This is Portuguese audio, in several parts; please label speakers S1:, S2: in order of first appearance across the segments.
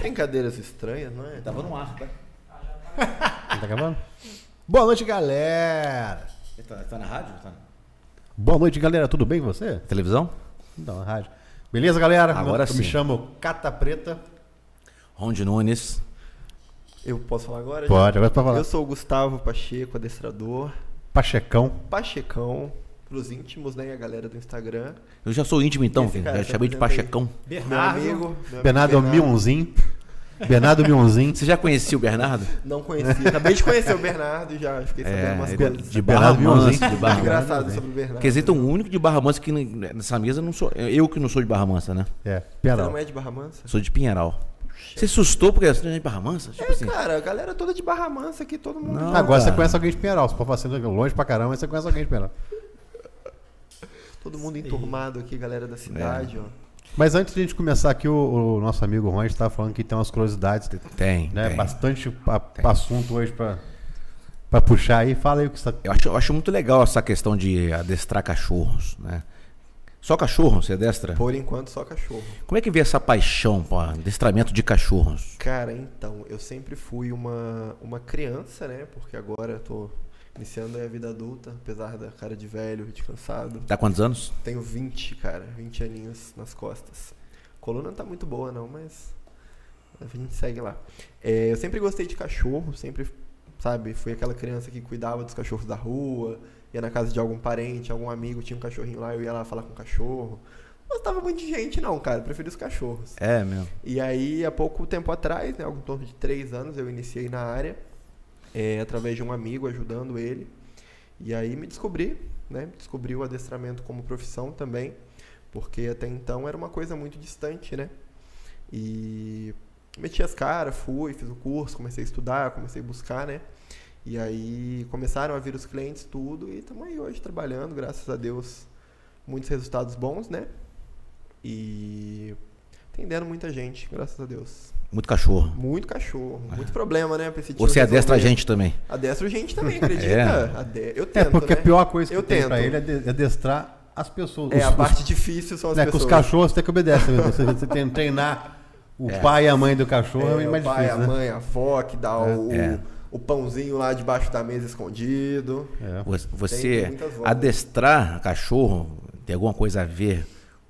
S1: brincadeiras estranhas, não é? Tava no ar, tá?
S2: Não tá acabando? Boa noite, galera.
S1: Ele Tá, tá na rádio? Tá na-
S2: Boa noite, galera. Tudo bem com você?
S3: Televisão?
S2: Então, a rádio. Beleza, galera?
S3: Agora
S2: eu me
S3: sim.
S2: chamo Cata Preta.
S3: Ron de Nunes.
S1: Eu posso falar agora?
S2: Pode, agora pra falar.
S1: Eu sou o Gustavo Pacheco, adestrador.
S2: Pachecão.
S1: Pachecão, pros íntimos, né? E a galera do Instagram.
S3: Eu já sou íntimo então,
S1: Esse
S3: filho.
S1: cara,
S3: já
S1: se
S3: chamei de
S1: apresenta aí.
S3: Pachecão.
S1: Bernardo. Meu amigo. meu amigo
S3: é
S2: Bernardo Mionzinho. Bernardo Mionzinho.
S3: Você já conhecia o Bernardo?
S1: Não conheci. Acabei de conhecer o Bernardo e já fiquei sabendo Tá umas
S3: ele é
S1: coisas Tá
S3: de
S2: Bernardo
S3: Barra Mansa,
S2: Mionzinho.
S3: de Barra
S1: engraçadas
S3: Mansa,
S1: sobre o Bernardo.
S3: Quer dizer, então, o único de Barra Mansa que n- nessa mesa não sou. é, Eu que não sou de Barra Mansa, né?
S2: É,
S1: Você não
S2: Penal.
S1: é de Barra Mansa?
S3: Sou de Pinheiral. Você assustou porque você não é de Barra Mansa? Tipo
S1: É,
S3: assim.
S1: cara, a galera toda de Barra Mansa aqui, todo mundo.
S3: Não.
S2: Ah, Agora você
S3: cara.
S2: conhece alguém de Penal. Você pode falar assim, longe pra caramba, mas você conhece alguém de Penal.
S1: Todo mundo enturmado aqui, galera da cidade, ó.
S2: Mas antes de a gente começar aqui, o, o nosso amigo Ron estava tá falando que tem umas curiosidades,
S3: Tem,
S2: né?
S3: tem.
S2: Bastante pa- assunto hoje pra, pra puxar aí. Fala aí o que você tá...
S3: Eu acho, eu acho muito legal essa questão de adestrar cachorros, né? Só cachorro você adestra?
S1: Por enquanto, só cachorro.
S3: Como é que vê essa paixão, pô, adestramento de cachorros?
S1: Cara, então, eu sempre fui uma, uma criança, né? Porque agora eu tô iniciando aí a vida adulta, apesar da cara de velho e de cansado.
S3: Tá quantos anos?
S1: Tenho 20, cara, 20 aninhos nas costas. Coluna não tá muito boa, não, mas a gente segue lá. É, eu sempre gostei de cachorro, sempre, sabe, fui aquela criança que cuidava dos cachorros da rua, ia na casa de algum parente, algum amigo, tinha um cachorrinho lá, eu ia lá falar com o cachorro. Não gostava muito de gente, não, cara, preferi os cachorros.
S3: É mesmo.
S1: E aí, há pouco tempo atrás, né, algo em torno de três anos, eu iniciei na área, é, através de um amigo, ajudando ele. E aí me descobri, né, descobri o adestramento como profissão também, porque até então era uma coisa muito distante, né? E meti as caras, fui, fiz o curso, comecei a estudar, comecei a buscar, né? E aí começaram a vir os clientes, tudo, e estamos aí hoje trabalhando, graças a Deus, muitos resultados bons, né? E atendendo muita gente, graças a Deus.
S3: Muito cachorro.
S1: Muito cachorro, muito problema, né? Pra esse
S3: Ou
S1: tio
S3: você
S1: resolver.
S3: adestra a gente também?
S1: Adestra gente também, acredita?
S3: É.
S1: Ade- Eu
S2: É,
S1: tento,
S2: porque
S1: né?
S2: a pior coisa que
S1: Eu
S2: tem
S1: tento.
S2: pra ele é de- é adestrar as pessoas.
S1: É,
S2: os-
S1: a
S2: os-
S1: parte difícil são as
S2: né, com
S1: pessoas.
S2: os cachorros você tem que obedecer. né? Você, você tem que treinar o pai e a mãe do cachorro, é,
S1: É,
S2: mais
S1: o pai,
S2: difícil,
S1: a
S2: né?
S1: mãe, a avó que dá o,
S3: É.
S1: o pãozinho lá debaixo da mesa escondido.
S2: É.
S3: Você-
S1: tem
S3: Você
S1: muitas voltas.
S3: adestrar cachorro tem alguma coisa a ver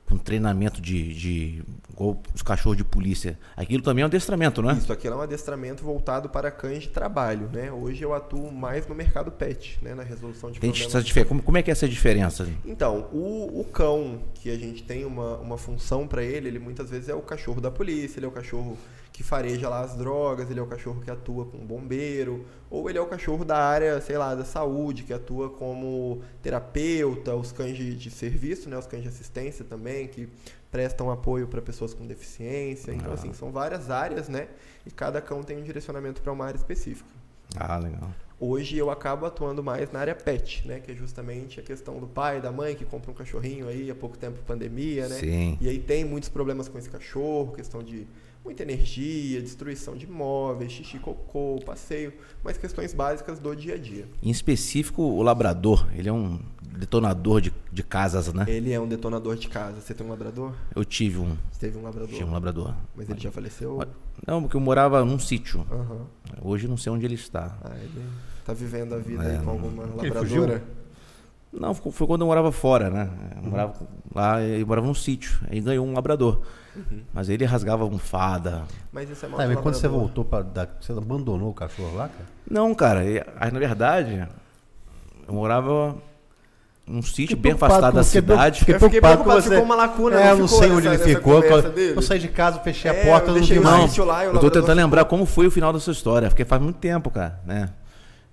S3: com treinamento de, de igual os cachorros de polícia? Aquilo também é um adestramento, não é?
S1: Isso aqui é um adestramento voltado para cães de trabalho, né? Hoje eu atuo mais no mercado pet, né? Na resolução de
S3: Tem
S1: problemas
S3: essa difer- como, como é que é essa diferença?
S1: Então, o, o cão, que a gente tem uma, uma função pra ele, ele muitas vezes é o cachorro da polícia, ele é o cachorro que fareja lá as drogas, ele é o cachorro que atua como bombeiro, ou ele é o cachorro da área, sei lá, da saúde, que atua como terapeuta, os cães de, de serviço, né, os cães de assistência também, que prestam apoio pra pessoas com deficiência. Então, assim, são várias áreas, né? E cada cão tem um direcionamento pra uma área específica.
S3: Ah, legal.
S1: Hoje eu acabo atuando mais na área pet, né? Que é justamente a questão do pai, da mãe que compra um cachorrinho aí há pouco tempo pandemia, né?
S3: Sim.
S1: E aí tem muitos problemas com esse cachorro, questão de muita energia, destruição de móveis, xixi, cocô, passeio, mas questões básicas do dia a dia.
S3: Em específico, o labrador, ele é um detonador de, de casas,
S2: Ah.
S3: né?
S1: Ele é um detonador de casa. Você tem um labrador?
S3: Eu tive um,
S1: Você teve um labrador?
S3: tive um labrador.
S1: Mas ele já faleceu?
S3: Não, porque eu morava num sítio.
S1: Aham.
S3: Hoje eu não sei onde ele está.
S1: Ah, ele tá vivendo a vida
S3: É,
S1: aí com alguma
S2: Ele
S1: labradora.
S3: Não, ficou- foi quando eu morava fora, né? Eu
S1: Uhum.
S3: morava com- lá, eu morava num sítio. Aí ganhou um labrador.
S1: Uhum.
S3: Mas ele rasgava almofada.
S1: Mas isso é mal
S2: Tá,
S1: de
S2: mas quando você
S1: labrador.
S2: voltou para você abandonou o cachorro lá, cara?
S3: Não, cara, e- aí, na verdade, eu morava num sítio bem
S2: preocupado
S3: afastado
S2: com-
S3: da
S2: fiquei
S3: cidade.
S2: preocu-
S1: Eu fiquei preocupado,
S2: com
S1: ficou uma lacuna,
S2: É,
S1: não
S2: eu não
S1: ficou
S2: sei onde
S1: nessa-
S2: ele
S1: nessa
S2: ficou.
S1: conversa
S2: quando-
S1: dele?
S2: Eu saí de casa, fechei
S1: É,
S2: a porta,
S1: eu
S2: não
S1: deixei
S2: vi
S1: no
S3: Não,
S2: mais.
S1: sítio lá e o
S3: eu tô
S1: labrador
S3: tentando
S1: ficou.
S3: lembrar como foi o final da sua história, porque faz muito tempo, cara, né?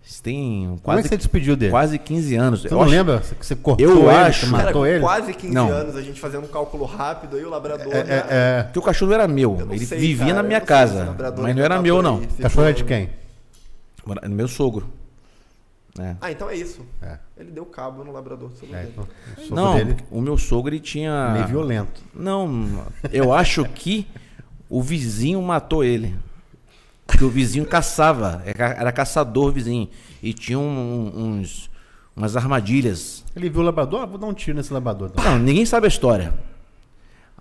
S3: Isso tem
S2: Como é que
S3: quase,
S2: você despediu dele?
S3: quase 15 anos.
S2: Você
S3: Eu
S2: não
S3: acho-
S2: lembra? Você, você cortou
S3: Eu
S2: ele,
S3: acho,
S2: você
S3: cara,
S2: matou
S1: Cara,
S2: ele?
S1: quase 15
S3: Não.
S1: anos a gente fazendo um cálculo rápido aí, o labrador.
S2: É,
S1: né?
S2: é,
S3: Porque o cachorro era meu,
S1: Eu não
S3: ele
S1: sei,
S3: vivia
S1: cara,
S3: na
S1: eu
S3: minha
S1: sei se o
S3: casa,
S1: labrador
S3: mas não
S1: ainda
S3: era
S1: tá
S3: meu
S1: por
S3: não.
S1: aí,
S2: é.
S1: se
S2: Cachorro é de
S1: for-
S2: quem?
S3: Mora- Meu sogro. né?
S1: Ah, então é isso.
S2: É.
S1: Ele deu cabo no labrador do celular.
S2: É, então, o soco
S3: Não, Ah.
S2: dele
S3: o meu sogro ele tinha.
S2: meio violento.
S3: Não, eu acho que o vizinho matou ele. Que o vizinho caçava, era ca- era caçador vizinho. E tinha um- uns, umas armadilhas.
S2: Ele viu o labrador, ah, vou dar um tiro nesse labrador. então.
S3: Não, ninguém sabe um a história.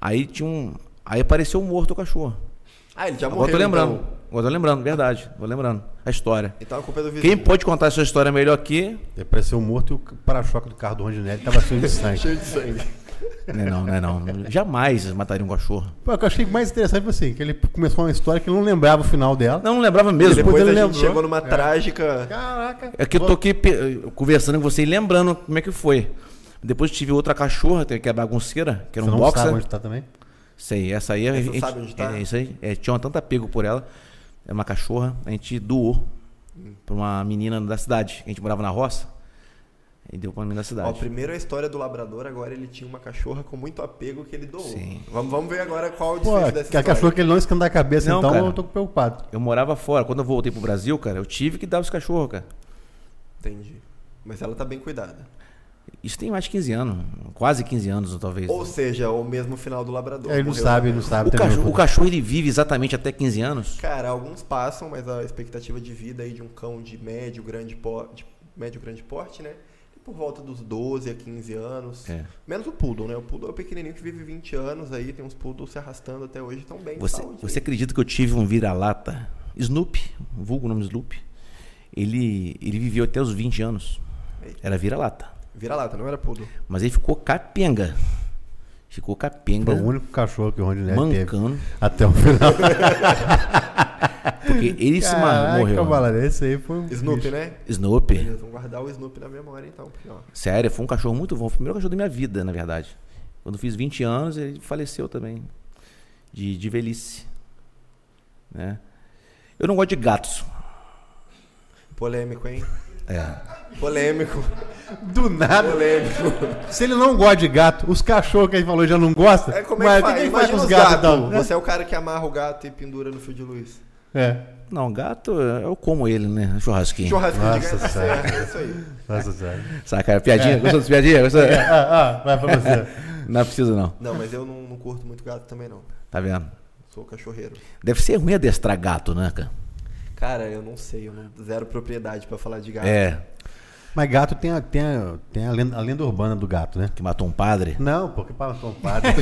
S3: Aí tinha um. Aí apareceu morto o cachorro.
S1: Ah, ele já
S3: Agora
S1: morreu.
S3: eu tô lembrando.
S1: Então,
S3: Agora eu tô lembrando, verdade. Vou lembrando. A história.
S1: então a culpa é do vizinho.
S3: Quem pode contar essa história melhor aqui?
S2: Apareceu morto e o para-choque do carro do Rondinelli tava cheio de sangue.
S1: Cheio de sangue.
S3: Não, é não, não, é não. Jamais mataria um cachorro.
S2: Pô, o que eu achei mais interessante foi assim, que ele começou uma história que ele não lembrava o final dela.
S3: Não, não lembrava mesmo.
S2: Depois
S1: Depois a
S2: ele
S1: gente
S2: lembrou. É.
S1: chegou numa trágica.
S2: Caraca.
S3: É que eu tô aqui pe- conversando com você e lembrando como é que foi. Depois tive outra cachorra, que era bagunceira, que era
S2: Você
S3: um
S2: não sabe
S3: boxer.
S2: onde tá também?
S3: Sei, essa aí a
S1: Essa
S3: gente-
S1: sabe onde tá?
S3: é, isso aí. É, tinha tanto apego por ela. É uma cachorra. A gente doou pra uma menina da cidade. A gente morava na roça. E deu pra uma menina da cidade.
S1: Ó, primeiro a história do labrador, agora ele tinha uma cachorra com muito apego que ele doou.
S3: Sim.
S1: Vamos, vamos ver agora qual o
S2: Pô,
S1: desfecho dessa
S2: a
S1: história.
S2: cachorro que ele não escandar a cabeça,
S3: Não,
S2: então
S3: cara.
S2: eu tô preocupado.
S3: Eu morava fora. Quando eu voltei pro Brasil, cara, eu tive que dar os cachorros, cara.
S1: Entendi. Mas ela tá bem cuidada.
S3: Isso tem mais de 15 anos. Quase 15 anos, talvez.
S1: Ou seja, o mesmo final do labrador.
S2: Ele não
S1: Morreu-
S2: sabe, ele não sabe
S3: o,
S2: também.
S3: cachorro, o cachorro, ele vive exatamente até 15 anos?
S1: Cara, alguns passam, mas a expectativa de vida aí de um cão de médio, grande porte, médio, grande porte, né? é Por volta dos 12 a 15 anos.
S3: É.
S1: Menos o poodle, né? O poodle é o pequenininho que vive 20 anos aí, tem uns poodles se arrastando até hoje, tão bem de
S3: Você,
S1: saúde.
S3: você acredita que eu tive um vira-lata? Snoopy, vulgo nome Snoopy. Ele, ele viveu até os 20 anos. Era vira-lata.
S1: Vira lata, não era poodle.
S3: Mas ele ficou capenga. Ficou capenga,
S2: Foi o único cachorro que o Rondinelli teve.
S3: mancando.
S2: Até o final.
S3: Porque ele se ma- morreu.
S2: Caraca, esse aí foi um
S1: Snoopy,
S2: bicho.
S1: né?
S3: Snoopy.
S1: Beleza, vamos guardar o Snoopy na memória então, porque ó.
S3: Sério, foi um cachorro muito bom. Foi o primeiro cachorro da minha vida, na verdade. Quando eu fiz 20 anos, ele faleceu também. De, de velhice. Né? Eu não gosto de gatos.
S1: Polêmico, hein?
S3: É.
S1: Polêmico.
S2: Do nada.
S1: Polêmico.
S2: Se ele não gosta de gato, os cachorros que ele falou já não gosta.
S1: É como é
S2: mas
S1: que
S2: o que
S1: faz?
S2: que ele faz com
S1: Imagina
S2: os
S1: os
S2: gatos,
S1: gatos.
S2: então?
S1: Você é o cara que amarra o gato e pendura no fio de luz.
S2: É.
S3: Não, gato, eu como ele, né? Churrasquinho.
S1: Churrasquinho de
S2: Nossa
S1: gato,
S2: Senhora.
S1: é isso aí.
S2: Nossa senhora.
S3: Saca, cara, piadinha? Gostou das piadinhas? Gostou?
S2: Ah, ah, vai pra você.
S3: Não precisa, não.
S1: Não, mas eu não, não curto muito gato também, não.
S3: Tá vendo?
S1: Sou cachorreiro.
S3: Deve ser ruim adestrar gato, né, cara?
S1: Cara, eu não sei, eu não zero propriedade pra falar de gato.
S3: É,
S2: Mas gato tem, a, tem, a, tem a, lenda, a lenda urbana do gato, né?
S3: que matou um padre.
S2: Não, porque para um padre.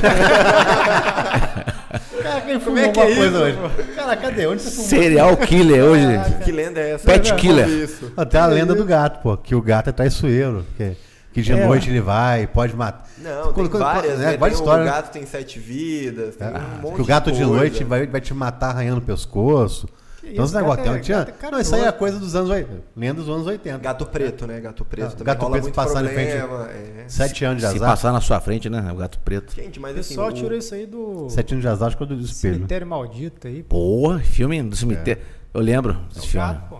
S2: Cara, quem fumou
S1: é que
S2: alguma
S1: é
S2: coisa
S1: isso,
S2: hoje? Cara, cadê? Onde você fumou?
S3: Serial killer hoje.
S1: Que lenda é essa?
S3: Pet
S1: Eu já
S3: killer.
S1: ouvi isso.
S2: Até a lenda do gato, pô, que o gato é traiçoeiro, que, que de
S3: É.
S2: noite ele vai, pode matar.
S1: Não, tem
S2: Quando- quando-
S1: várias,
S2: né,
S1: né?
S2: várias
S1: tem
S2: histórias. Ah,
S1: O gato tem sete vidas, tem um monte
S2: que o gato de
S1: coisa.
S2: noite vai, vai te matar arranhando o pescoço. Então,
S4: isso,
S2: esse negócio
S4: gato é-
S2: tem- tinha-
S4: gato é
S2: Não, isso aí é
S4: caroço.
S2: coisa dos anos 80. Lenda dos anos 80.
S1: Gato preto, né? Gato preto
S2: Ah,
S1: também
S2: gato
S1: rola
S2: preto
S1: muito
S2: passar na frente-
S1: problema. é.
S2: Sete anos de
S3: Se
S2: azar.
S3: passar na sua frente, né? O gato preto.
S1: Gente,
S4: O
S1: mas assim...
S4: pessoal
S1: o-
S4: tirou isso aí do
S2: Sete anos de azar, acho que é do desespero. né?
S4: cemitério maldito aí. pô.
S3: Porra, filme do cemitério. Eu lembro desse filme. É,
S4: Chato, pô.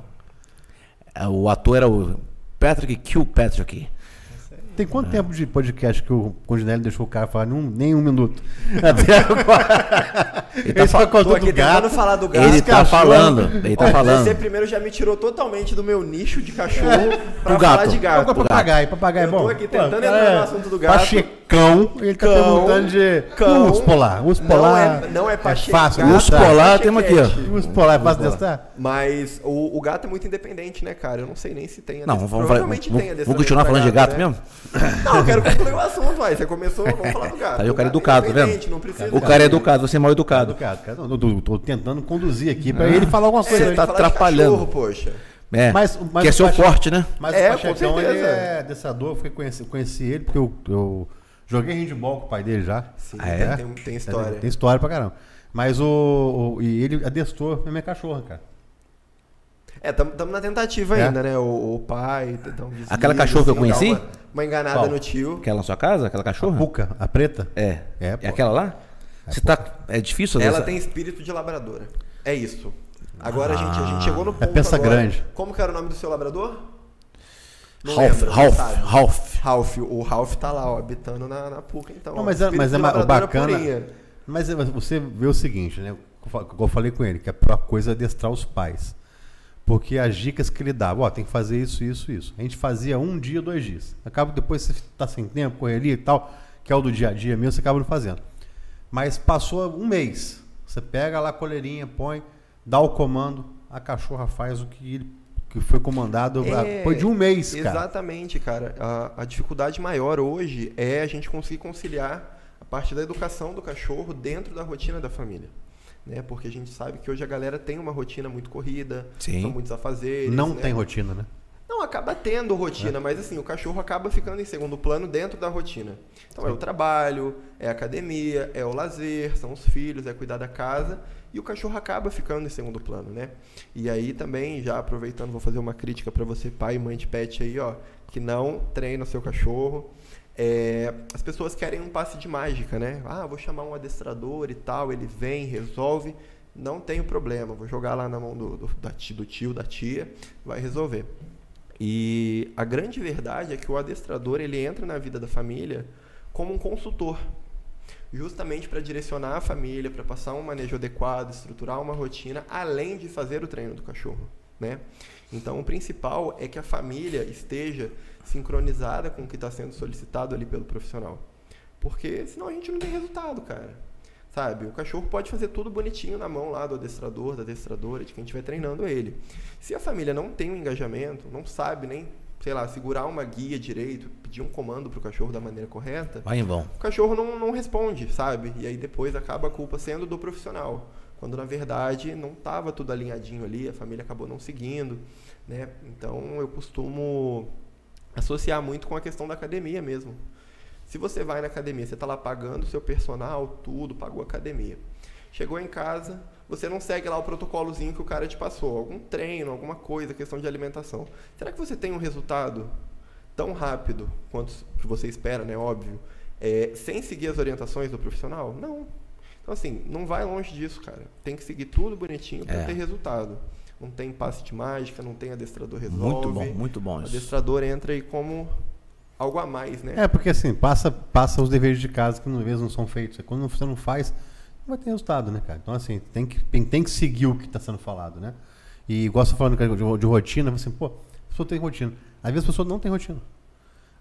S3: O ator era o Patrick Kilpatrick.
S2: Tem
S1: Ah.
S2: quanto tempo de podcast que o Condinelli deixou o cara falar? Nenhum, nem um minuto. Até agora. Ele,
S3: tá
S2: só
S1: Tô
S2: contou
S1: aqui
S2: do
S1: tentando
S2: gato.
S1: falar do gato.
S3: Ele tá
S2: cachorro.
S3: falando. Ele tá
S1: Ó,
S3: falando.
S1: Você primeiro já me tirou totalmente do meu nicho de
S2: É.
S1: cachorro pra falar
S3: O gato.
S1: de
S2: Agora
S1: gato.
S2: papagaio, papagaio é
S1: Eu
S2: bom.
S1: tô aqui tentando
S2: Pô, o
S1: entrar
S2: cara
S1: no
S2: é
S1: assunto do gato.
S2: Pachecão, ele
S3: um
S2: tá
S1: Cão,
S2: perguntando de
S1: cão.
S2: urso polar. Urso
S1: Não
S2: polar.
S1: é- não é pacheco,
S2: fácil.
S1: gato.
S2: Urso
S3: Urso
S2: polar.
S3: polar,
S1: Chiquete.
S3: temos aqui, ó.
S2: Urso polar é fácil de testar?
S1: Mas o, o gato é muito independente, né, cara? Eu não sei nem se tem adestra-
S3: Não, vamos, falar, vamos,
S1: Provavelmente tem
S3: vamos
S1: adestramento
S3: continuar
S1: pra
S3: falando de gato
S1: né?
S3: mesmo?
S1: Não, eu quero concluir o assunto, vai. Você começou, vamos falar do gato.
S3: Tá aí, o cara é
S1: gato
S3: educado, tá vendo?
S1: independente, Não precisa.
S3: O cara é educado, você é mal educado.
S2: Educado, cara. Não, eu tô, tô tentando conduzir aqui pra ele falar alguma
S1: É,
S2: coisa.
S1: tem que
S3: tá
S1: falar de
S3: atrapalhando.
S1: Cachorro, poxa.
S3: É,
S2: Mas-
S3: mas,
S2: mas
S3: que é
S2: o
S3: seu
S2: Pacheco-
S3: forte, né?
S2: Mas
S1: É,
S2: o
S1: com
S2: Pachecão, ele
S1: certeza.
S2: é dessador, eu fiquei conheci, conheci ele porque eu, eu joguei handball com o pai dele já.
S1: Sim,
S3: Ah, é?
S1: tem, tem história.
S2: Tem, tem história pra caramba. Mas o, o- E ele adestrou a minha cachorra, cara.
S1: É, estamos na tentativa
S2: É.
S1: ainda, né? O, o pai, então. os
S3: Aquela
S1: livros,
S3: cachorra que
S1: assim,
S3: eu
S1: dá
S3: conheci?
S1: Uma, uma enganada
S2: Qual?
S1: no tio.
S3: Aquela na sua casa, aquela
S1: Ah.
S3: cachorra?
S2: Puca, a preta?
S3: É.
S2: É,
S3: É,
S2: pô.
S3: aquela lá? Você tá. É difícil às
S1: Ela
S3: vezes,
S1: tem espírito de labradora. É isso. Agora, gente, a gente
S3: Ah.
S1: chegou no ponto.
S2: pensa
S1: agora.
S2: é grande.
S1: Como que era o nome do seu labrador? Não
S3: Ralph,
S1: lembro, não
S3: Ralph,
S1: sabe.
S3: Ralph.
S1: Ralph, o Ralph tá lá, ó, habitando na, na PUC, então.
S2: Não,
S1: ó,
S2: mas, é-
S1: espírito
S2: mas é
S1: de
S2: ma- o
S1: labradora
S2: bacana.
S1: purinha.
S2: Mas é- mas você vê o seguinte, né? Eu fa- Eu falei com ele, que a pior coisa é adestrar os pais. Porque as dicas que ele dava, ó, tem que fazer isso, isso, isso. A gente fazia um dia, dois dias. Acaba que depois você tá sem tempo, correria e tal, que é o do dia a dia mesmo, você acaba não fazendo. Mas passou um mês. Você pega lá a coleirinha, põe, dá o comando, a cachorra faz o que, ele- que foi comandado.
S1: É,
S2: foi de um mês, cara.
S1: Exatamente, cara. A, a dificuldade maior hoje é a gente conseguir conciliar a parte da educação do cachorro dentro da rotina da família. né? Porque a gente sabe que hoje a galera tem uma rotina muito corrida,
S3: Sim.
S1: são muitos afazeres.
S2: Não
S1: né?
S2: tem rotina, né?
S1: Não, acaba tendo rotina, mas assim, o cachorro acaba ficando em segundo plano dentro da rotina. Então é o trabalho, é a academia, é o lazer, são os filhos, é cuidar da casa, e o cachorro acaba ficando em segundo plano, né? E aí também, já aproveitando, vou fazer uma crítica pra você, pai e mãe de pet aí, ó, que não treina o seu cachorro. É, as pessoas querem um passe de mágica, né? Ah, vou chamar um adestrador e tal, ele vem, resolve. Não tem problema, vou jogar lá na mão do, do, da ti- do tio, da tia, vai resolver. E a grande verdade é que o adestrador ele entra na vida da família como um consultor, justamente para direcionar a família, para passar um manejo adequado, estruturar uma rotina, além de fazer o treino do cachorro, né? Então o principal é que a família esteja sincronizada com o que está sendo solicitado ali pelo profissional, porque senão a gente não tem resultado, cara. Sabe, o cachorro pode fazer tudo bonitinho na mão lá do adestrador, da adestradora, de quem estiver treinando ele. Se a família não tem um engajamento, não sabe nem, sei lá, segurar uma guia direito, pedir um comando para o cachorro da maneira correta,
S3: Vai em vão.
S1: o cachorro não, não responde, sabe? E aí depois acaba a culpa sendo do profissional. Quando na verdade não estava tudo alinhadinho ali, a família acabou não seguindo, né? Então eu costumo associar muito com a questão da academia mesmo. Se você vai na academia, você está lá pagando o seu personal, tudo, pagou a academia. Chegou em casa, você não segue lá o protocolozinho que o cara te passou, algum treino, alguma coisa, questão de alimentação. Será que você tem um resultado tão rápido quanto que você espera, né? Óbvio. É, sem seguir as orientações do profissional? Não. Então, assim, não vai longe disso, cara. Tem que seguir tudo bonitinho para
S3: É.
S1: ter resultado. Não tem passe de mágica, não tem adestrador resolve.
S3: Muito bom, muito bom
S1: O
S3: isso.
S1: adestrador entra aí como algo a mais, né?
S2: É, porque assim, passa, passa os deveres de casa que às vezes não são feitos. Quando você não faz, não vai ter resultado, né, cara? Então, assim, tem que, tem, tem que seguir o que está sendo falado, né? E igual você falando cara, de, de rotina, assim, pô, a pessoa tem rotina. Às vezes a pessoa não tem rotina.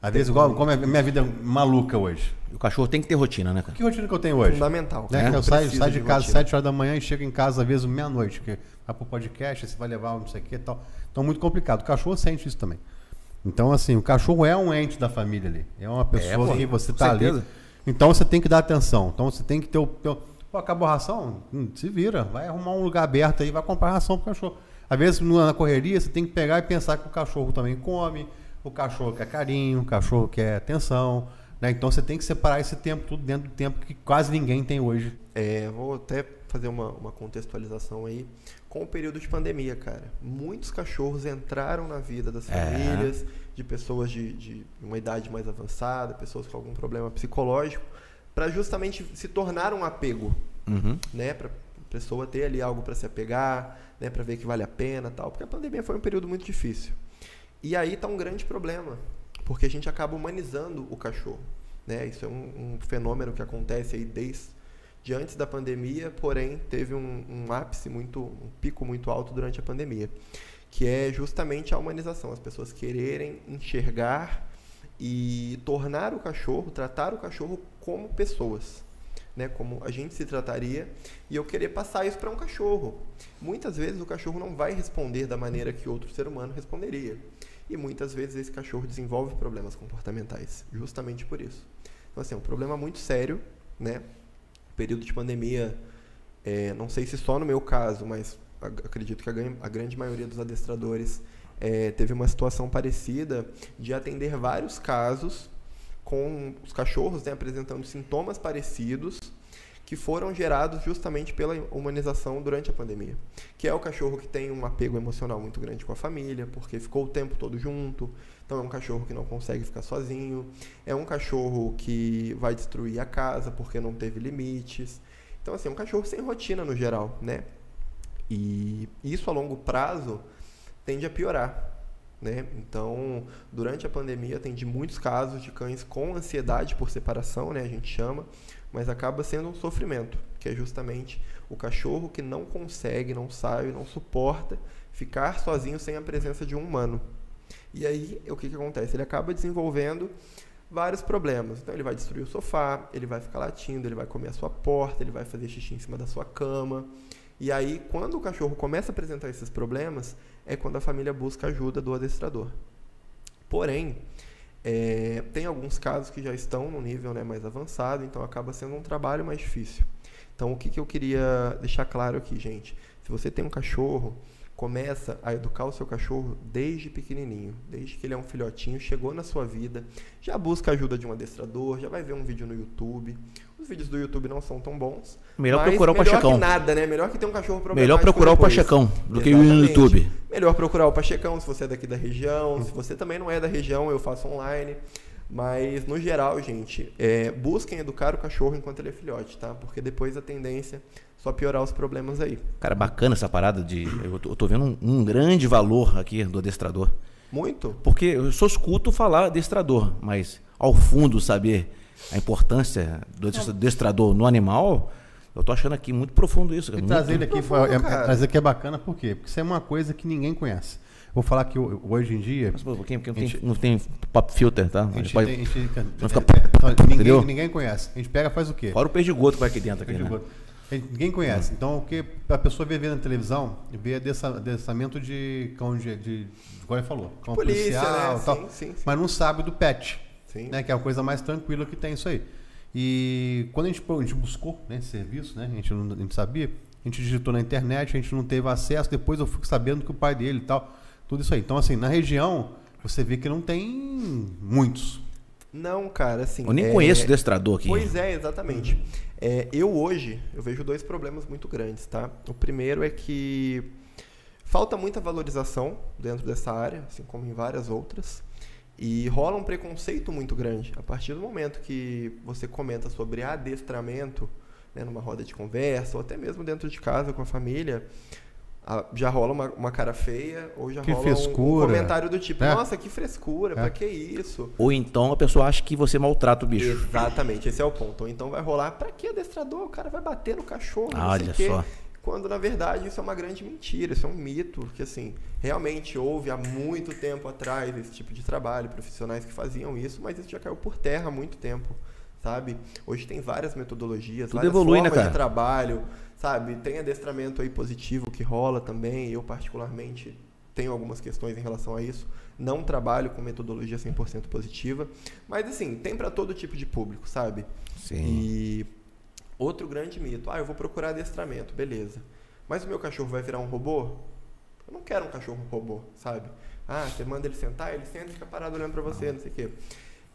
S2: Às vezes, igual como é minha vida é maluca hoje.
S3: E O cachorro tem que ter rotina, né, cara?
S2: Que rotina que eu tenho hoje?
S1: Fundamental.
S2: Né?
S1: Não
S2: Eu saio,
S1: precisa
S2: saio de casa às
S1: rotina.
S2: 7 horas da manhã e chego em casa às vezes meia-noite, porque vai pro podcast, você vai levar um não sei o que e tal. Então muito complicado. O cachorro sente isso também. Então, assim, o cachorro é um ente da família ali. É uma pessoa
S3: pô,
S2: que você
S3: com
S2: tá ali.
S3: certeza.
S2: Então você tem que dar atenção. Então você tem que ter o. Teu... Pô, acabou a ração? Hum, se vira. Vai arrumar um lugar aberto aí, vai comprar ração pro cachorro. Às vezes, no- na correria, você tem que pegar e pensar que o cachorro também come, o cachorro quer carinho, o cachorro quer atenção. né? Então você tem que separar esse tempo tudo dentro do tempo que quase ninguém tem hoje.
S1: É, vou até fazer uma, uma contextualização aí. Com o período de pandemia, cara, muitos cachorros entraram na vida das
S3: É.
S1: famílias, de pessoas de, de uma idade mais avançada, pessoas com algum problema psicológico, para justamente se tornar um apego,
S3: Uhum.
S1: né? Para pessoa ter ali algo para se apegar, né? Para ver que vale a pena, tal. Porque a pandemia foi um período muito difícil. E aí tá um grande problema, porque a gente acaba humanizando o cachorro, né? Isso é um, um fenômeno que acontece aí desde de antes da pandemia, porém teve um, um ápice muito, um pico muito alto durante a pandemia, que é justamente a humanização, as pessoas quererem enxergar e tornar o cachorro, tratar o cachorro como pessoas, né? Como a gente se trataria e eu querer passar isso para um cachorro. Muitas vezes o cachorro não vai responder da maneira que outro ser humano responderia. E muitas vezes esse cachorro desenvolve problemas comportamentais, justamente por isso. Então, assim, é um problema muito sério, né? Período de pandemia, é, não sei se só no meu caso, mas ac- acredito que a, gran- a grande maioria dos adestradores é, teve uma situação parecida de atender vários casos com os cachorros né, apresentando sintomas parecidos que foram gerados justamente pela humanização durante a pandemia. Que é o cachorro que tem um apego emocional muito grande com a família, porque ficou o tempo todo junto. Então é um cachorro que não consegue ficar sozinho. É um cachorro que vai destruir a casa porque não teve limites. Então, assim, é um cachorro sem rotina no geral, né? E isso a longo prazo tende a piorar. Né? Então, durante a pandemia, atendi muitos casos de cães com ansiedade por separação, né? a gente chama, mas acaba sendo um sofrimento, que é justamente o cachorro que não consegue, não sabe, não suporta ficar sozinho sem a presença de um humano. E aí, o que, que acontece? Ele acaba desenvolvendo vários problemas. Então, ele vai destruir o sofá, ele vai ficar latindo, ele vai comer a sua porta, ele vai fazer xixi em cima da sua cama. E aí, quando o cachorro começa a apresentar esses problemas, é quando a família busca ajuda do adestrador. Porém, é, tem alguns casos que já estão num nível né, mais avançado, então acaba sendo um trabalho mais difícil. Então, o que, que eu queria deixar claro aqui, gente? Se você tem um cachorro, começa a educar o seu cachorro desde pequenininho, desde que ele é um filhotinho, chegou na sua vida, já busca a ajuda de um adestrador, já vai ver um vídeo no YouTube. Os vídeos do YouTube não são tão bons.
S3: Melhor
S1: mas
S3: procurar o
S1: Melhor
S3: Pachecão.
S1: que nada, né? Melhor que ter um cachorro problemático
S3: Melhor procurar o
S1: depois.
S3: Pachecão do que o
S1: Exatamente.
S3: YouTube.
S1: Melhor procurar o Pachecão se você é daqui da região. Se você também não é da região, eu faço online. Mas, no geral, gente, é, busquem educar o cachorro enquanto ele é filhote, tá? Porque depois a tendência é só piorar os problemas aí.
S3: Cara, bacana essa parada de. Eu tô, eu tô vendo um, um grande valor aqui do adestrador.
S1: Muito?
S3: Porque eu só escuto falar adestrador, mas ao fundo saber a importância do adestra- adestrador no animal, eu tô achando aqui muito profundo isso.
S2: E
S3: Cara,
S2: trazer
S3: muito-
S2: ele aqui,
S1: profundo,
S2: foi- é- é-
S1: cara.
S2: trazer aqui é bacana, por quê? Porque isso é uma coisa que ninguém conhece. Vou falar que ho- hoje em dia.
S3: Mas, pô, porque não tem,
S2: Gente-
S3: não tem pop filter, tá?
S2: A
S3: Mas
S2: gente,
S3: pode-
S2: tem- a gente-
S3: fica-
S2: então,
S3: entendeu?
S2: ninguém, ninguém conhece. A gente pega e faz o quê?
S3: Fora o perdigoto que vai aqui dentro. Aqui,
S2: Fica de
S3: né?
S2: boa. A gente- Ninguém conhece. Então, o que a pessoa vê vendo na televisão, vê adessa- adestramento de cão de. de igual ele falou. Cão
S1: Polícia,
S2: policial
S1: né?
S2: e tal.
S1: Sim, sim, sim.
S2: Mas não sabe do pet.
S1: Sim.
S2: Né? Que é a coisa mais tranquila que tem isso aí. E quando a gente, pô, a gente buscou né, esse serviço, né? A gente não a gente sabia. A gente digitou na internet, a gente não teve acesso. Depois eu fui sabendo que o pai dele e tal. Tudo isso aí. Então, assim, na região, você vê que não tem muitos.
S1: Não, cara, assim...
S3: Eu nem
S1: é-
S3: conheço adestrador aqui.
S1: Pois é, exatamente. É, eu hoje, eu vejo dois problemas muito grandes, tá? O primeiro é que falta muita valorização dentro dessa área, assim como em várias outras, e rola um preconceito muito grande. A partir do momento que você comenta sobre adestramento, né, numa roda de conversa, ou até mesmo dentro de casa com a família, a- já rola uma, uma cara feia, ou já
S2: Que
S1: rola um- um,
S2: frescura.
S1: comentário do tipo,
S2: É.
S1: nossa, que frescura,
S2: É.
S1: pra que isso?
S3: Ou então a pessoa acha que você maltrata o bicho.
S1: Exatamente, esse é o ponto. Ou Então vai rolar, pra que adestrador? O cara vai bater no cachorro, não sei
S3: Olha
S1: o quê.
S3: só.
S1: Quando na verdade isso é uma grande mentira, isso é um mito, porque assim, realmente houve há muito tempo atrás esse tipo de trabalho, profissionais que faziam isso, mas isso já caiu por terra há muito tempo, sabe? Hoje tem várias metodologias,
S3: Tudo
S1: várias
S3: evolui, né,
S1: formas
S3: cara?
S1: de trabalho, sabe? Tem adestramento aí positivo que rola também, eu particularmente tenho algumas questões em relação a isso, não trabalho com metodologia 100% positiva, mas assim, tem pra todo tipo de público, sabe?
S3: Sim.
S1: E outro grande mito. Ah, eu vou procurar adestramento, beleza. Mas o meu cachorro vai virar um robô? Eu não quero um cachorro robô, sabe? Ah, você manda ele sentar, ele senta e fica parado olhando pra você, não sei o quê.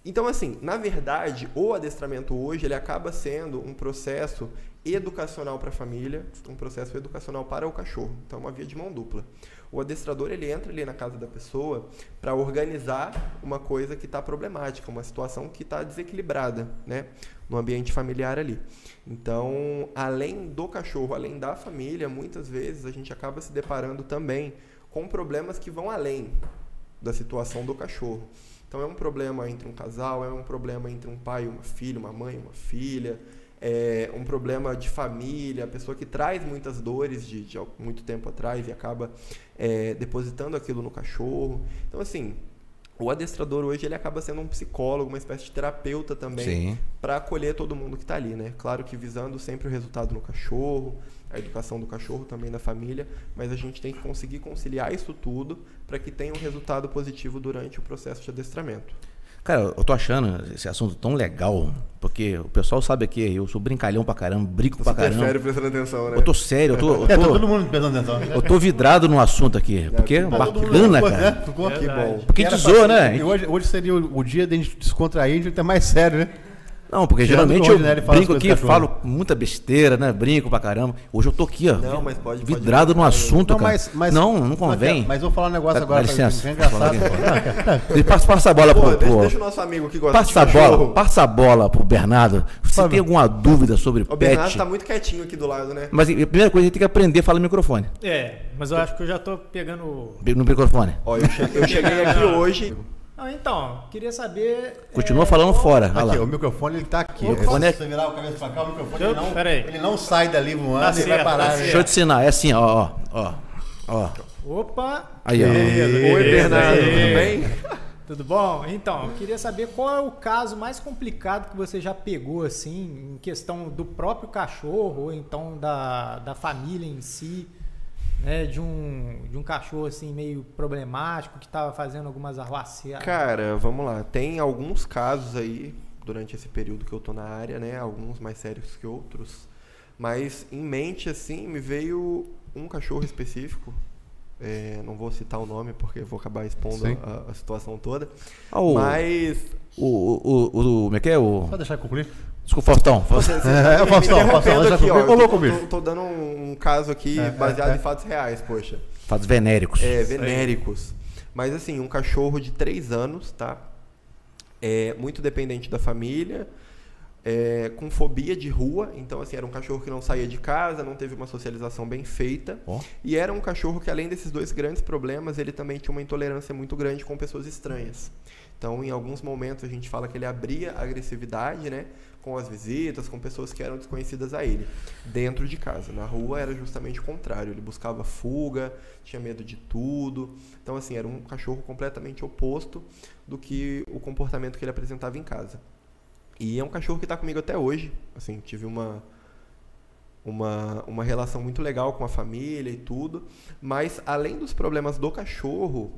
S1: Então, assim, na verdade, o adestramento hoje ele acaba sendo um processo educacional para a família, um processo educacional para o cachorro. Então, é uma via de mão dupla. O adestrador ele entra ali na casa da pessoa para organizar uma coisa que está problemática, uma situação que está desequilibrada, né, no ambiente familiar ali. Então, além do cachorro, além da família, muitas vezes a gente acaba se deparando também com problemas que vão além da situação do cachorro. Então é um problema entre um casal, é um problema entre um pai e uma filha, uma mãe e uma filha, é um problema de família, a pessoa que traz muitas dores de, de al- muito tempo atrás e acaba é, depositando aquilo no cachorro. Então assim, o adestrador hoje ele acaba sendo um psicólogo, uma espécie de terapeuta também
S3: Sim.
S1: para acolher todo mundo que está ali, né? Claro que visando sempre o resultado no cachorro, a educação do cachorro também da família, mas a gente tem que conseguir conciliar isso tudo para que tenha um resultado positivo durante o processo de adestramento.
S3: Cara, eu tô achando esse assunto tão legal, porque o pessoal sabe aqui, eu sou brincalhão pra caramba, brinco pra caramba.
S1: prestando atenção, né?
S3: Eu tô sério, eu tô, eu
S2: né? É, tá
S3: tô-
S2: todo mundo prestando atenção. né?
S3: eu tô vidrado no assunto aqui, porque é
S1: todo
S3: bacana,
S2: Ficou,
S3: cara.
S2: né?
S1: É
S2: Ficou aqui,
S4: Verdade.
S2: bom.
S3: Porque
S2: Era
S3: te zoa,
S2: pra-
S3: né?
S2: e Hoje, hoje seria o, o dia da gente descontrair, a gente tá mais sério, né?
S3: Não, porque
S2: Tirando
S3: geralmente
S2: que
S3: eu
S2: hoje, né, ele fala as
S3: brinco
S2: coisas
S3: aqui,
S2: do cachorro.
S3: falo muita besteira, né? Brinco pra caramba. Hoje eu tô aqui, ó.
S1: Não, mas pode- pode
S3: vidrado no
S1: brincar.
S3: assunto, cara. não, não convém.
S2: Mas, mas eu vou falar um negócio
S3: Dá-
S2: agora.
S3: dá
S2: pra-
S3: licença.
S2: que é engraçado.
S3: Fala
S2: pô. Não,
S3: Ele Passa, passa a bola
S1: Pô,
S3: pro.
S1: deixa,
S3: pro-
S1: deixa o nosso amigo que gosta
S3: Passa a
S1: de
S3: bola,
S1: cachorro.
S3: passa a bola pro Bernardo. Se tem alguma dúvida sobre
S1: O
S3: pet.
S1: Bernardo tá muito quietinho aqui do lado, né?
S3: Mas a primeira coisa, ele tem que aprender a falar no microfone.
S4: É, mas eu acho que eu já tô pegando.
S3: No microfone.
S1: Ó, eu che- eu cheguei aqui hoje.
S4: Ah, então, queria saber.
S3: Continua
S4: é,
S3: falando
S4: qual-
S3: fora. Olha
S2: Aqui,
S3: lá.
S2: o microfone ele tá aqui.
S3: O microfone é-
S2: Se você virar o cabeça pra cá, o microfone ele
S4: Opa,
S2: não,
S4: pera aí.
S2: ele não sai dali voando
S4: Tá
S2: ele vai
S4: certo,
S2: parar.
S4: tá
S2: né?
S3: Deixa eu te ensinar. É assim, ó, ó, ó. Ó.
S4: Opa!
S3: Aí, ó.
S1: Oi, Bernardo, tudo bem?
S4: Tudo bom? Então, eu queria saber qual é o caso mais complicado que você já pegou, assim, em questão do próprio cachorro, ou então da, da família em si, né? De um, de um cachorro, assim, meio problemático, que tava fazendo algumas arruaceiras.
S1: Cara, vamos lá. Tem alguns casos aí durante esse período que eu tô na área, né? Alguns mais sérios que outros. Mas em mente, assim, me veio um cachorro específico. É, não vou citar o nome porque eu vou acabar expondo
S2: Sim.
S1: a, a situação toda.
S3: Ah, o-
S1: Mas.
S3: O, o, o, o, como é que é? O,
S2: Pode deixar eu concluir?
S3: desculpa, Faustão. Faustão.
S2: É, é o Faustão,
S1: me
S2: Faustão,
S1: interrompendo
S2: já
S1: aqui, ó,
S2: concluiu. Ô, louco,
S1: eu tô-
S2: bicho.
S1: tô, tô dando um caso aqui
S2: É, é,
S1: baseado
S2: é.
S1: em fatos reais, poxa.
S3: Fatos venéricos.
S1: É, venéricos. Mas assim, um cachorro de 3 anos, tá? É muito dependente da família, é, com fobia de rua. Então, assim, era um cachorro que não saía de casa, não teve uma socialização bem feita.
S3: Ó.
S1: E era um cachorro que, além desses dois grandes problemas, ele também tinha uma intolerância muito grande com pessoas estranhas. Então, em alguns momentos, a gente fala que ele abria agressividade, né? Com as visitas, com pessoas que eram desconhecidas a ele. Dentro de casa. Na rua era justamente o contrário. Ele buscava fuga, tinha medo de tudo. Então, assim, era um cachorro completamente oposto do que o comportamento que ele apresentava em casa. E é um cachorro que está comigo até hoje. Assim, tive uma, uma, uma relação muito legal com a família e tudo. Mas além dos problemas do cachorro,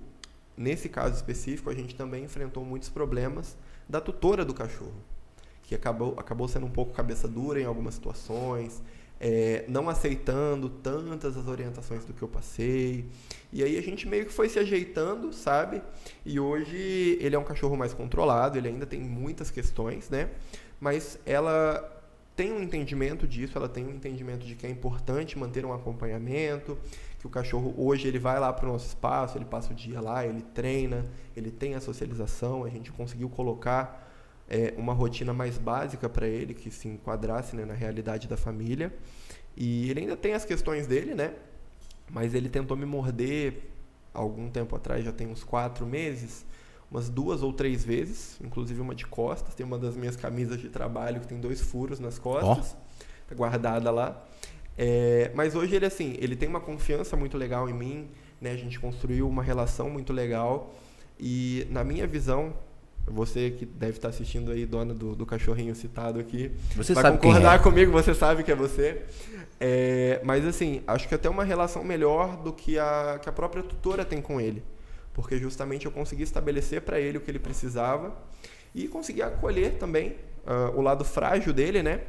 S1: nesse caso específico, a gente também enfrentou muitos problemas da tutora do cachorro, que acabou, acabou sendo um pouco cabeça dura em algumas situações, é, não aceitando tantas as orientações do que eu passei. E aí a gente meio que foi se ajeitando, sabe? E hoje ele é um cachorro mais controlado, ele ainda tem muitas questões, né? Mas ela tem um entendimento disso, ela tem um entendimento de que é importante manter um acompanhamento, que o cachorro hoje ele vai lá para o nosso espaço, ele passa o dia lá, ele treina, ele tem a socialização, a gente conseguiu colocar é, uma rotina mais básica para ele, que se enquadrasse né, na realidade da família. E ele ainda tem as questões dele, né? Mas ele tentou me morder algum tempo atrás, já tem uns quatro meses, umas duas ou três vezes, inclusive uma de costas. Tem uma das minhas camisas de trabalho que tem dois furos nas costas, tá guardada lá. É, mas hoje ele assim, ele tem uma confiança muito legal em mim, né? A gente construiu uma relação muito legal e na minha visão, você que deve estar assistindo aí, dona do, do cachorrinho citado aqui,
S3: Você
S1: vai
S3: sabe quem
S1: concordar
S3: é.
S1: comigo, você sabe que é você. É, mas assim, acho que até uma relação melhor do que a, que a própria tutora tem com ele. Porque justamente eu consegui estabelecer para ele o que ele precisava e consegui acolher também ah, o lado frágil dele, né?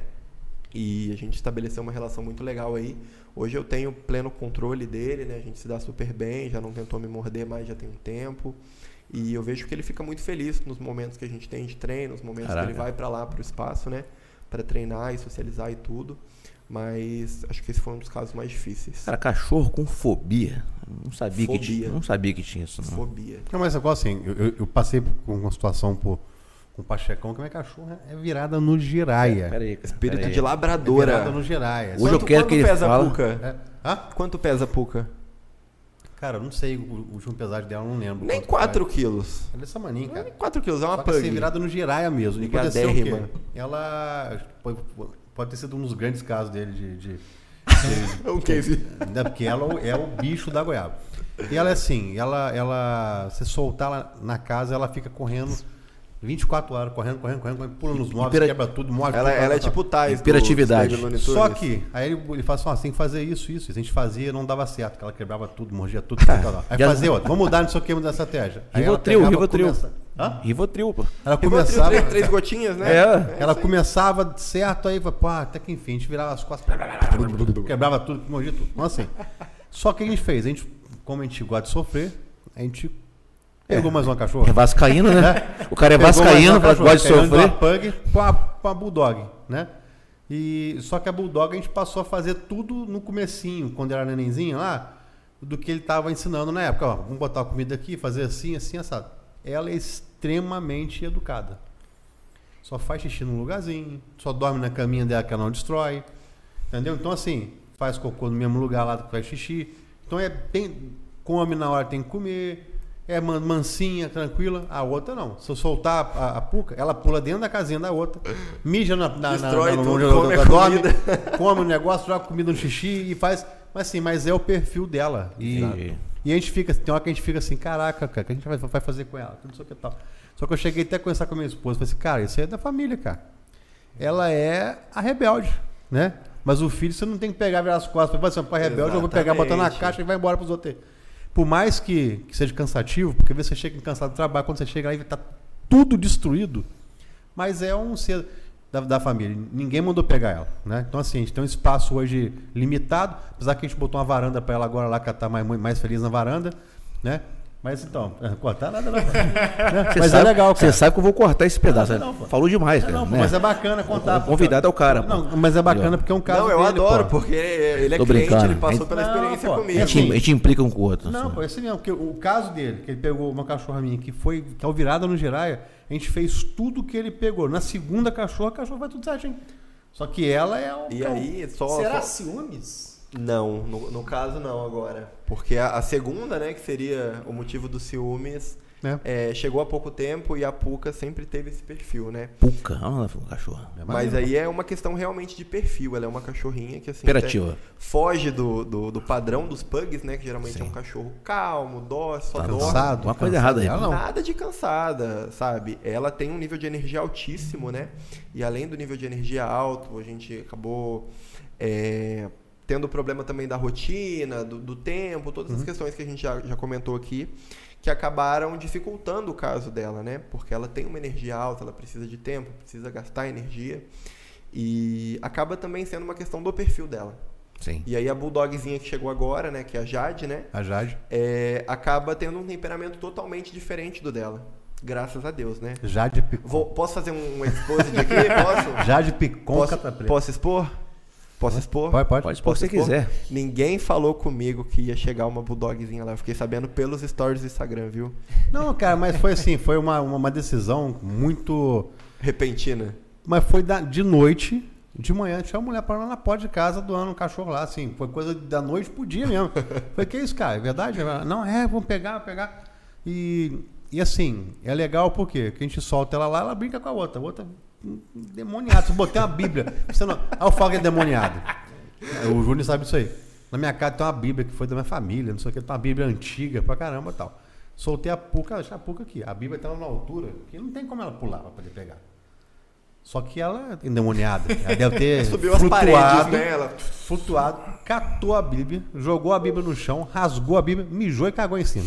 S1: E a gente estabeleceu uma relação muito legal aí. Hoje eu tenho pleno controle dele, né? A gente se dá super bem, já não tentou me morder mais já tem um tempo. E eu vejo que ele fica muito feliz nos momentos que a gente tem de treino, nos momentos que
S3: Caraca.
S1: ele vai para lá para o espaço, né? Para treinar e socializar e tudo. Mas acho que esse foi um dos casos mais difíceis.
S3: Cara, cachorro com fobia. Não sabia, Que,
S1: Fobia.
S3: tinha, não sabia que tinha isso, não.
S1: Fobia.
S2: Não, mas agora assim, eu, eu- eu passei por uma situação por, com o Pachecão que minha cachorra é virada no giraia. É
S3: Pera aí, cara.
S1: Espírito
S3: pera aí.
S1: de labradora.
S2: Virada no giraia.
S3: Hoje eu quero que ele
S1: pesa
S3: fala-
S1: a puca?
S2: É. Hã?
S1: Quanto pesa a puca?
S2: Cara, eu não sei o, o último pesagem dela, eu não lembro.
S1: Nem
S2: quanto
S1: 4 quilos.
S2: faz. Ela é dessa maninha,
S1: Nem
S2: cara.
S1: 4 quilos, é
S2: Só
S1: uma
S2: que assim,
S1: pug.
S2: virada no giraia mesmo. E aconteceu o quê?
S1: Ligadérrima.
S2: Ela pode, pode ter sido um dos grandes casos dele de- de
S1: É um case.
S2: Né? Porque ela é o bicho da goiaba. E ela é assim, ela, ela se soltar ela na casa, ela fica correndo 24 horas, correndo, correndo, correndo, correndo pula nos móveis,
S3: Hipera-
S2: quebra tudo, morre.
S1: Ela,
S2: tudo,
S1: ela é
S2: tá, tá,
S1: tipo o Tais. do
S3: Hiperatividade.
S1: Stable Looney
S3: é
S2: só
S1: Tunes.
S2: que, aí ele, ele fala assim, ó, você tem que fazer isso, isso, isso. A gente fazia, não dava certo, porque ela quebrava tudo, mordia tudo, tudo, tudo, tudo. Aí
S3: Ah, já-
S2: fazia, ó, vamos mudar, não sei o que, mudar a estratégia. Aí ela
S3: Rivotril,
S2: pegava,
S3: Rivotril.
S2: começa- Hã?
S3: Rivotril, pô.
S2: Ela
S1: Eu vou ter
S2: começava...
S1: três, três gotinhas, né?
S3: É.
S2: Ela começava certo, aí pô, até que enfim, a gente virava as costas, quebrava tudo, mordia tudo. Então, assim. Só que a gente fez, a gente, como a gente gosta de sofrer, a gente pegou mais uma cachorra.
S3: É vascaíno, né? O cara é vascaíno, fala que gosta de
S2: Uma
S3: sofrer.
S2: pug com a, com a bulldog, né? E, só que a bulldog a gente passou a fazer tudo no comecinho, quando era nenenzinho lá, do que ele estava ensinando na época. Ó, vamos botar a comida aqui, fazer assim, assim, assado. Ela é extremamente educada. Só faz xixi num lugarzinho, só dorme na caminha dela que ela não destrói. Entendeu? Então, assim, faz cocô no mesmo lugar lá que faz xixi. Então, é bem. Come na hora que tem que comer. É man- mansinha, tranquila. A outra não. Se eu soltar a, a puca, ela pula dentro da casinha da outra, mija na, na, na, na,
S1: Destrói
S2: na-
S1: tudo,
S2: onde a outra
S1: come a
S2: dorme,
S1: comida.
S2: come o negócio, joga comida no xixi e faz. Mas assim, mas é o perfil dela. E,
S3: Entendi.
S2: e a gente fica, tem hora que a gente fica assim, caraca, cara, o que a gente vai, vai fazer com ela? Não sei o que e tal. Só que eu cheguei até a conversar com a minha esposa, falei assim, cara, isso aí é da família, cara. Ela é a rebelde, né? Mas o filho você não tem que pegar, virar as costas, vai assim, pai rebelde, eu vou pegar, botar na
S1: Exatamente.
S2: caixa e vai embora pros outros. aí." Por mais que, que seja cansativo, porque às vezes você chega cansado do trabalho, quando você chega aí tá tudo destruído, mas é um ser. da, da família. Ninguém mandou pegar ela, né? Então, assim, a gente tem um espaço hoje limitado, apesar que a gente botou uma varanda para ela agora lá, que ela tá mais, mais feliz na varanda, né? Mas então, cortar nada não. né?
S3: Você
S2: Mas
S3: sabe,
S2: é legal, cara. Ah,
S3: Você sabe que eu vou cortar esse pedaço.
S2: Não, não, pô.
S3: Falou demais, cara.
S2: Não, pô,
S3: né?
S2: mas é bacana contar.
S3: O convidado é o cara, pô.
S2: Não, mas é bacana porque é um caso
S1: não, eu
S2: dele,
S1: adoro,
S2: pô.
S1: porque ele é
S3: Tô
S1: cliente,
S3: brincando.
S1: ele passou
S3: É-
S1: pela
S2: Não,
S1: experiência
S2: pô, é
S3: A
S1: comigo.
S3: gente, a gente implica um com o outro.
S2: Não,
S3: assim.
S2: pô, é esse mesmo, porque o caso dele, que ele pegou uma cachorra minha que foi calvirada no giraia, a gente fez tudo que ele pegou. Na segunda cachorra, a cachorra vai tudo certinho. Só que ela é um
S1: E
S2: cão.
S1: aí, só.
S4: Será
S1: só-
S4: ciúmes?
S1: Não, no, no caso não agora. Porque a, a segunda, né, que seria o motivo dos ciúmes,
S2: Né?
S1: é, chegou há pouco tempo e a Puca sempre teve esse perfil, né?
S3: Puca. Olha lá, cachorro.
S2: É
S1: Mas
S2: maneiro.
S1: aí é uma questão realmente de perfil. Ela é uma cachorrinha que, assim.
S3: Imperativa.
S1: até Foge do, do, do padrão dos pugs, né? Que geralmente é um cachorro calmo, dócil,
S3: Tá
S1: só dorme.
S2: Cansado,
S3: Uma coisa
S2: cansado.
S3: errada aí.
S2: Ela não.
S1: Nada de cansada, sabe? Ela tem um nível de energia altíssimo, né? E além do nível de energia alto, a gente acabou é, tendo problema também da rotina, do, do tempo, todas as questões que a gente já, já comentou aqui, que acabaram dificultando o caso dela, né? Porque ela tem uma energia alta, ela precisa de tempo, precisa gastar energia. E acaba também sendo uma questão do perfil dela.
S3: Sim.
S1: E aí a bulldogzinha que chegou agora, né? Que é a Jade, né?
S2: A Jade.
S1: é, acaba tendo um temperamento totalmente diferente do dela. Graças a Deus, né?
S2: Jade Picon.
S1: Vou- posso fazer um exposed aqui? Posso?
S2: Jade Picon Cata
S1: posso,
S2: Preta.
S1: posso expor? Posso expor?
S2: Pode, pode.
S3: Pode pôr se
S1: expor?
S3: quiser.
S1: Ninguém falou comigo que ia chegar uma bulldogzinha lá. Eu fiquei sabendo pelos stories do Instagram, viu?
S2: Não, cara, mas foi assim, foi uma, uma, uma decisão muito.
S1: Repentina.
S2: Mas foi da- de noite, de manhã, tinha uma mulher parando na porta de casa doando um cachorro lá, assim. Foi coisa da noite pro dia mesmo. Falei, que isso, cara? É verdade? Ela, Não, é, vamos pegar, vamos pegar. E, e assim, é legal por quê? porque a gente solta ela lá, ela brinca com a outra. A outra, hum, demoniada. Se eu botei uma bíblia, você não... Ah, eu falo que é demoniado. O Júnior sabe disso aí. Na minha casa tem uma bíblia que foi da minha família, não sei o que, tem uma bíblia antiga pra caramba e tal. Soltei a puca, deixa a puca aqui. A bíblia estava numa altura que não tem como ela pular pra poder pegar. Só que ela é endemoniada. Ela deve
S3: É,
S2: ter
S1: Subiu as paredes,
S2: flutuado,
S1: né? Ela...
S2: flutuado, catou a Bíblia, jogou a Bíblia no chão, rasgou a Bíblia, mijou e cagou em cima.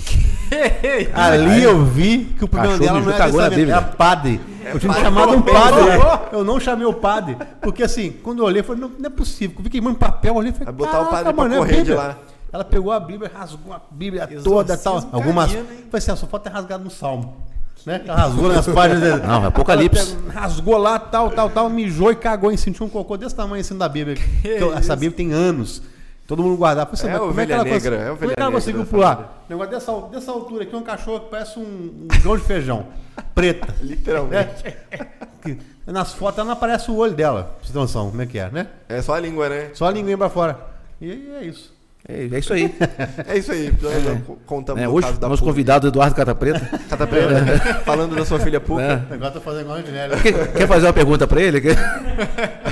S2: Ali eu vi que o problema
S3: Cachorro
S2: dela não
S3: mijou e
S2: era
S3: cagou na
S2: testamento, era
S3: Bíblia.
S2: padre. eu tinha
S1: É padre,
S2: chamado um
S1: pô,
S2: padre.
S1: pô,
S2: né? Eu não chamei o padre. Porque assim, quando eu olhei, eu falei, não, não é possível. Eu vi queimando papel, eu olhei e falei,
S1: Vai botar o padre
S2: "Caraca,
S1: pra
S2: mano, é a
S1: correr de
S2: Bíblia."
S1: lá.
S2: Ela pegou a Bíblia, rasgou a Bíblia
S4: Exorcismo
S2: toda tal.
S4: canino,
S2: Algumas.
S4: hein?
S2: Falei assim, ah, só falta ter rasgado no salmo. Né? Ela rasgou nas páginas dele.
S3: Não, é Apocalipse.
S2: Ela pegou, Rasgou lá, tal, tal, tal, mijou e cagou em cima. Tinha um cocô desse tamanho em cima da Bíblia. Que eu- essa Bíblia tem anos. Todo mundo guardava. Falei,
S1: É
S2: mas
S1: a
S2: como é que
S1: ovelha
S2: ela
S1: negra,
S2: cons-
S1: é a
S2: Como é
S1: ovelha
S2: que ela
S1: negra
S2: conseguiu
S1: dessa Bíblia.
S2: pular? O negócio dessa, al- dessa altura aqui é um cachorro que parece um, um grão de feijão. Preta. É.
S1: Literalmente.
S2: Que- Nas fotos ela não aparece o olho dela. Pra vocês terem noção, como é que é, né?
S1: É só a língua, né?
S2: Só a linguinha pra fora. E aí é isso.
S3: É, é isso aí.
S2: Tá
S1: É isso aí. Então, Contamos
S3: É,
S1: o
S3: hoje,
S1: caso da
S3: nosso
S1: Puca.
S3: convidado Eduardo Catapreta.
S1: Tá aprendendo? Falando da sua filha Puca.
S3: né?
S2: Agora tô tá fazendo igual a Angelina.
S3: quer, quer fazer uma pergunta pra ele? Quer-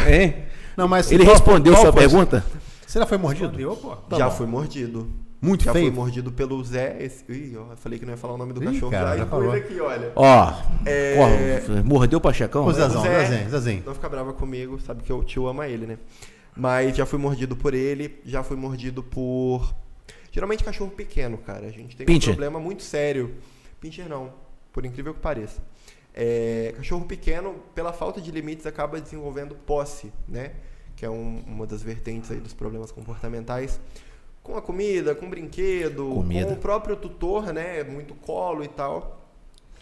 S3: Hein?
S2: Não, mas
S3: Ele
S2: qual-
S3: respondeu
S2: qual
S3: sua
S2: foi?
S3: pergunta?
S2: Se ela foi mordida?
S4: Deu, pô.
S2: Tá
S1: já
S2: bom.
S1: fui mordido.
S2: Muito
S1: já
S2: feio?
S1: fui mordido pelo Zé. Esse... Ih, ó, eu falei que não ia falar o nome do
S2: Ih,
S1: cachorro.
S2: cara, já
S1: já incluiu
S2: falou.
S1: aqui, olha.
S3: Ó,
S1: É-
S3: ó, mordeu o Pachecão? né?
S2: Ô, Zezão,
S1: O
S2: Zezinho, Zezinho.
S1: Não fica brava comigo, sabe que o tio ama ele, né? Mas já fui mordido por ele, já fui mordido por. Geralmente cachorro pequeno, cara. A gente tem
S3: Pinscher.
S1: um problema muito sério. Pincher não, por incrível que pareça. É, cachorro pequeno, pela falta de limites, acaba desenvolvendo posse, né? Que é um- uma das vertentes aí dos problemas comportamentais. Com a comida, com o brinquedo,
S3: Comida.
S1: com o próprio tutor, né? Muito colo e tal.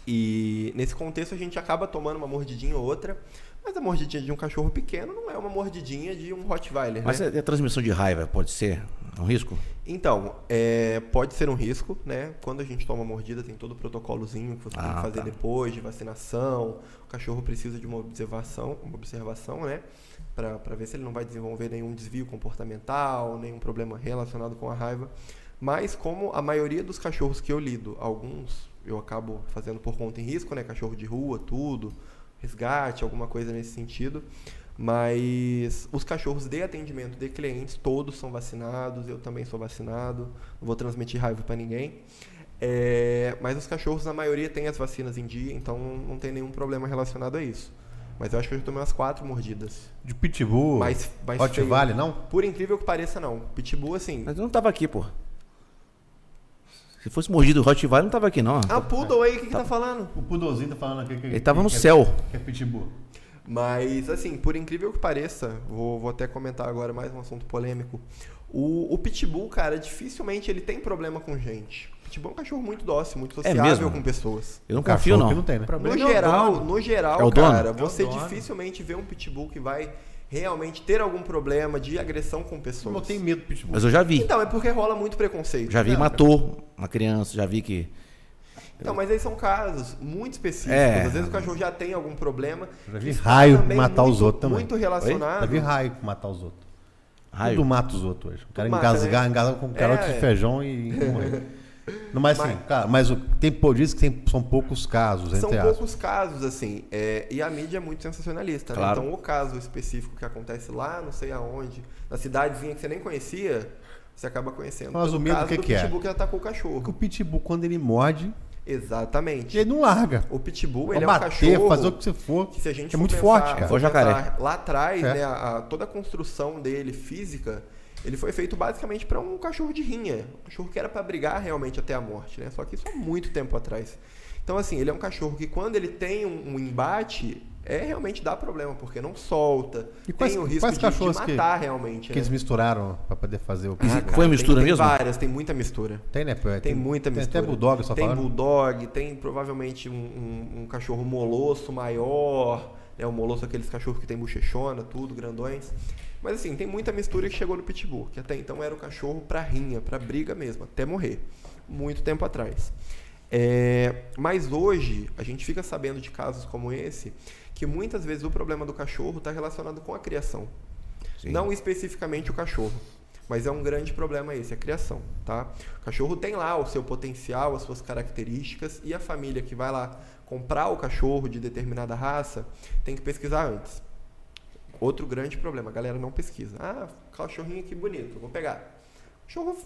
S1: E nesse contexto a gente acaba tomando uma mordidinha ou outra, mas a mordidinha de um cachorro pequeno não é uma mordidinha de um Rottweiler,
S3: Mas
S1: né?
S3: é, é transmissão de raiva, pode ser? É um risco?
S1: Então, é, pode ser um risco, né? Quando a gente toma mordida, tem todo o protocolozinho que você tem
S3: Ah,
S1: que fazer
S3: tá.
S1: depois de vacinação. O cachorro precisa de uma observação, uma observação, né? Para ver se ele não vai desenvolver nenhum desvio comportamental, nenhum problema relacionado com a raiva. Mas como a maioria dos cachorros que eu lido, alguns eu acabo fazendo por conta em risco, né? Cachorro de rua, tudo, resgate, alguma coisa nesse sentido. Mas os cachorros de atendimento de clientes, todos são vacinados, eu também sou vacinado, não vou transmitir raiva para ninguém. É, mas os cachorros, na maioria, têm as vacinas em dia, então não tem nenhum problema relacionado a isso. Mas eu acho que eu já tomei umas quatro mordidas.
S2: De Pitbull,
S1: Mas- mas
S2: Rottweiler, não?
S1: Por incrível que pareça, não. Pitbull, assim.
S3: Mas eu não tava aqui, pô. Se fosse mordido o Rottweiler, não tava aqui, não.
S1: Ah, Poodle aí, o que, que tá falando?
S2: O Pudolzinho tá falando aqui que...
S3: Ele tava no
S2: que é-
S3: céu.
S2: Que é Pitbull.
S1: Mas, assim, por incrível que pareça, vou, vou até comentar agora mais um assunto polêmico. O, o Pitbull, cara, dificilmente ele tem problema com gente. O Pitbull é um cachorro muito dócil, muito
S2: É
S1: sociável
S3: mesmo?
S1: com pessoas.
S3: Eu não confio, não.
S2: Que não tem, né?
S1: No
S4: Problema é o
S1: geral,
S4: dono.
S1: no geral,
S3: É o dono?
S1: cara,
S4: É o
S1: você
S4: dono.
S1: dificilmente vê um pitbull que vai realmente ter algum problema de agressão com pessoas.
S2: Não tem medo do pitbull.
S3: Mas eu já vi.
S1: Então, é porque rola muito preconceito.
S3: Já vi
S1: Não,
S3: matou uma criança, já vi que.
S1: Então, mas aí são casos muito específicos.
S3: É.
S1: Às vezes o cachorro já tem algum problema.
S2: Já vi
S1: Isso
S2: raio
S1: também
S2: matar
S1: muito-
S2: os outros também.
S1: Muito
S2: Já
S1: relacionado.
S2: vi raio matar os outros.
S3: Raio.
S2: Tudo mata os outros hoje. O cara
S1: mata,
S2: engasgar,
S1: né?
S2: engasgar com carote
S1: É.
S2: de feijão e morrer. Não, mas assim,
S1: Mas-
S2: cara, mas o tem por diz que tem- são poucos casos,
S1: São
S2: entre aspas.
S1: poucos casos, assim. é, e a mídia é muito sensacionalista. né?
S3: Claro.
S1: Então, o caso específico que acontece lá, não sei aonde, na cidadezinha que você nem conhecia, você acaba conhecendo.
S2: Mas
S1: pelo
S2: o medo
S1: caso
S2: do que
S1: do
S2: que é?
S1: pitbull que atacou o cachorro.
S2: O pitbull, quando ele morde,
S1: Exatamente.
S2: ele não larga.
S1: O pitbull,
S2: Vai
S1: ele é um
S2: bater,
S1: cachorro.
S2: fazer o que você for.
S1: que se a gente
S2: é
S1: for
S2: muito
S1: pensar-
S2: forte, cara.
S3: Foi o jacaré.
S1: pensar Lá atrás,
S2: É.
S1: né, a- a- toda a construção dele física, ele foi feito basicamente para um cachorro de rinha, um cachorro que era para brigar realmente até a morte, né? Só que isso há muito tempo atrás. Então assim, ele é um cachorro que quando ele tem um, um embate, é realmente dá problema, porque não solta.
S2: E quais-
S1: tem o risco
S2: quais
S1: de, de
S2: cachorros que-
S1: matar realmente,
S2: Que
S1: né?
S2: eles misturaram pra poder fazer o
S1: Ah,
S3: Foi
S1: cara,
S3: mistura
S1: tem,
S3: mesmo?
S1: Tem várias, tem muita mistura.
S2: Tem, né? Tem,
S1: Tem muita mistura.
S2: Tem até bulldog, só né?
S1: Tem
S2: falando.
S1: bulldog, tem provavelmente um, um- um cachorro molosso maior, né? O molosso é aqueles cachorros que tem bochechona, tudo, grandões. Mas assim, tem muita mistura que chegou no Pitbull, que até então era o cachorro pra rinha, pra briga mesmo, até morrer. Muito tempo atrás. É, mas hoje, a gente fica sabendo de casos como esse, que muitas vezes o problema do cachorro está relacionado com a criação.
S3: Sim.
S1: Não especificamente o cachorro, mas é um grande problema esse, a criação, tá? O cachorro tem lá o seu potencial, as suas características e a família que vai lá comprar o cachorro de determinada raça tem que pesquisar antes. Outro grande problema, a galera não pesquisa. Ah, cachorrinho aqui bonito, vou pegar. Cachorro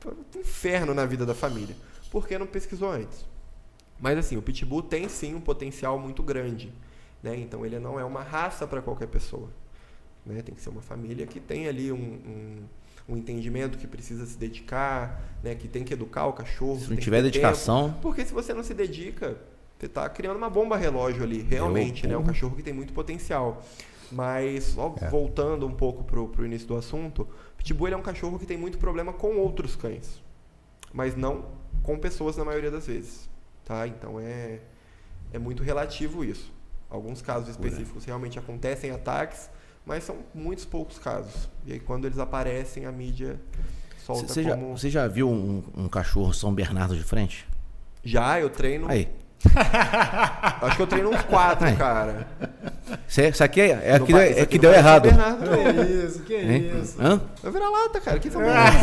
S1: foi um inferno na vida da família. Por que não pesquisou antes? Mas assim, o pitbull tem sim um potencial muito grande, né? Então ele não é uma raça para qualquer pessoa né? Tem que ser uma família que tem ali um, um, um entendimento que precisa se dedicar, né? Que tem que educar o cachorro.
S3: Se
S1: tem
S3: não
S1: que
S3: tiver
S1: ter
S3: dedicação.
S1: tempo. Porque se você não se dedica, você está criando uma bomba relógio ali, realmente, né? Um
S3: porra.
S1: cachorro que tem muito potencial. Mas, só
S2: É.
S1: voltando um pouco pro, pro início do assunto, o Pitbull ele é um cachorro que tem muito problema com outros cães. Mas não com pessoas na maioria das vezes, tá? Então é, é muito relativo isso. Alguns casos específicos realmente acontecem ataques, mas são muitos poucos casos. E aí quando eles aparecem, a mídia solta
S3: Você já,
S1: como...
S3: você já viu um, um cachorro São Bernardo de frente?
S1: Já, eu treino...
S3: Aí.
S1: Acho que eu treino uns quatro,
S3: Aí.
S1: cara.
S3: Isso é- isso aqui é, é,
S1: Não
S3: que,
S1: vai-
S3: deu-
S1: isso
S3: é
S1: aqui
S3: que
S1: não
S3: deu
S1: vai ser
S3: errado.
S1: Bernardo, não.
S4: Que isso, que
S3: Hein?
S4: isso.
S3: Hã?
S1: Eu vira lata, cara. Que são Bernardo?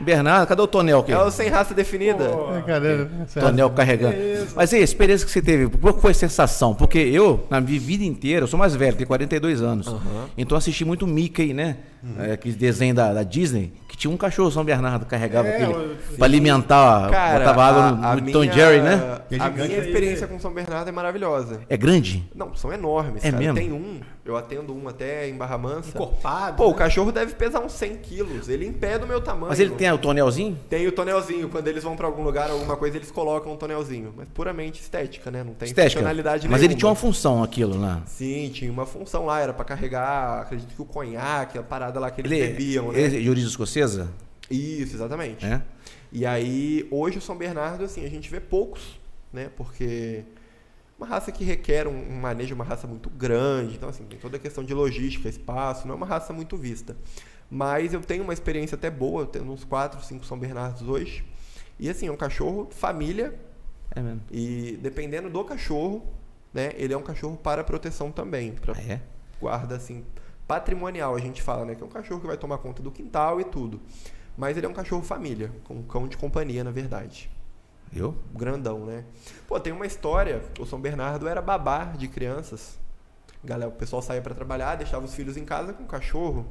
S3: Bernardo, cadê o tonel aqui?
S1: É o sem raça definida.
S4: Pô.
S2: É, cara, é- sério.
S3: Tonel carregando. Mas e aí, a experiência que você teve, qual que foi a sensação? Porque eu, na minha vida inteira, eu sou mais velho, tenho 42 anos. Então assisti muito Mickey, né? É, que desenho da, da Disney, que tinha um cachorro São Bernardo, carregava
S4: É,
S3: aquele.
S4: eu-
S3: Pra alimentar,
S1: Cara,
S3: botava Ah, água no,
S1: a, a
S3: no Tom
S1: minha-
S3: Jerry, né?
S2: Que é
S1: a
S2: gigante
S1: minha
S2: aí,
S1: experiência com São Bernardo é maravilhosa.
S3: É grande?
S1: Não, são enormes,
S3: É
S1: cara.
S3: mesmo?
S1: Tem um, eu atendo um até em Barra Mansa.
S4: Encorpado.
S1: Pô, o
S4: né?
S1: cachorro deve pesar uns 100 quilos. Ele em pé é do meu tamanho.
S3: Mas ele tem o tonelzinho?
S1: Tem o tonelzinho. Quando eles vão pra algum lugar, alguma coisa, eles colocam um tonelzinho. Mas puramente estética, né? Não tem
S3: Estética.
S1: funcionalidade
S3: Mas
S1: nenhuma.
S3: ele tinha uma função, aquilo lá.
S1: Sim, tinha uma função lá. Era pra carregar, acredito que o conhaque, a parada lá que eles
S3: Ele,
S1: bebiam, né?
S3: ele é de origem escocesa?
S1: Isso, exatamente.
S3: É.
S1: E aí, hoje o São Bernardo, assim, a gente vê poucos, né? Porque uma raça que requer um, um manejo, uma raça muito grande, então, assim, tem toda a questão de logística, espaço, não é uma raça muito vista. Mas eu tenho uma experiência até boa, eu tenho uns 4, 5 São Bernardos hoje. E, assim, é um cachorro família,
S3: É mesmo.
S1: e dependendo do cachorro, né? Ele é um cachorro para proteção também, para
S3: Ah, é?
S1: guarda assim patrimonial, a gente fala, né, que é um cachorro que vai tomar conta do quintal e tudo. Mas ele é um cachorro família, com um cão de companhia, na verdade.
S3: Eu?
S1: Grandão, né? Pô, tem uma história, o São Bernardo era babá de crianças. Galera, o pessoal saía pra trabalhar, deixava os filhos em casa com o cachorro.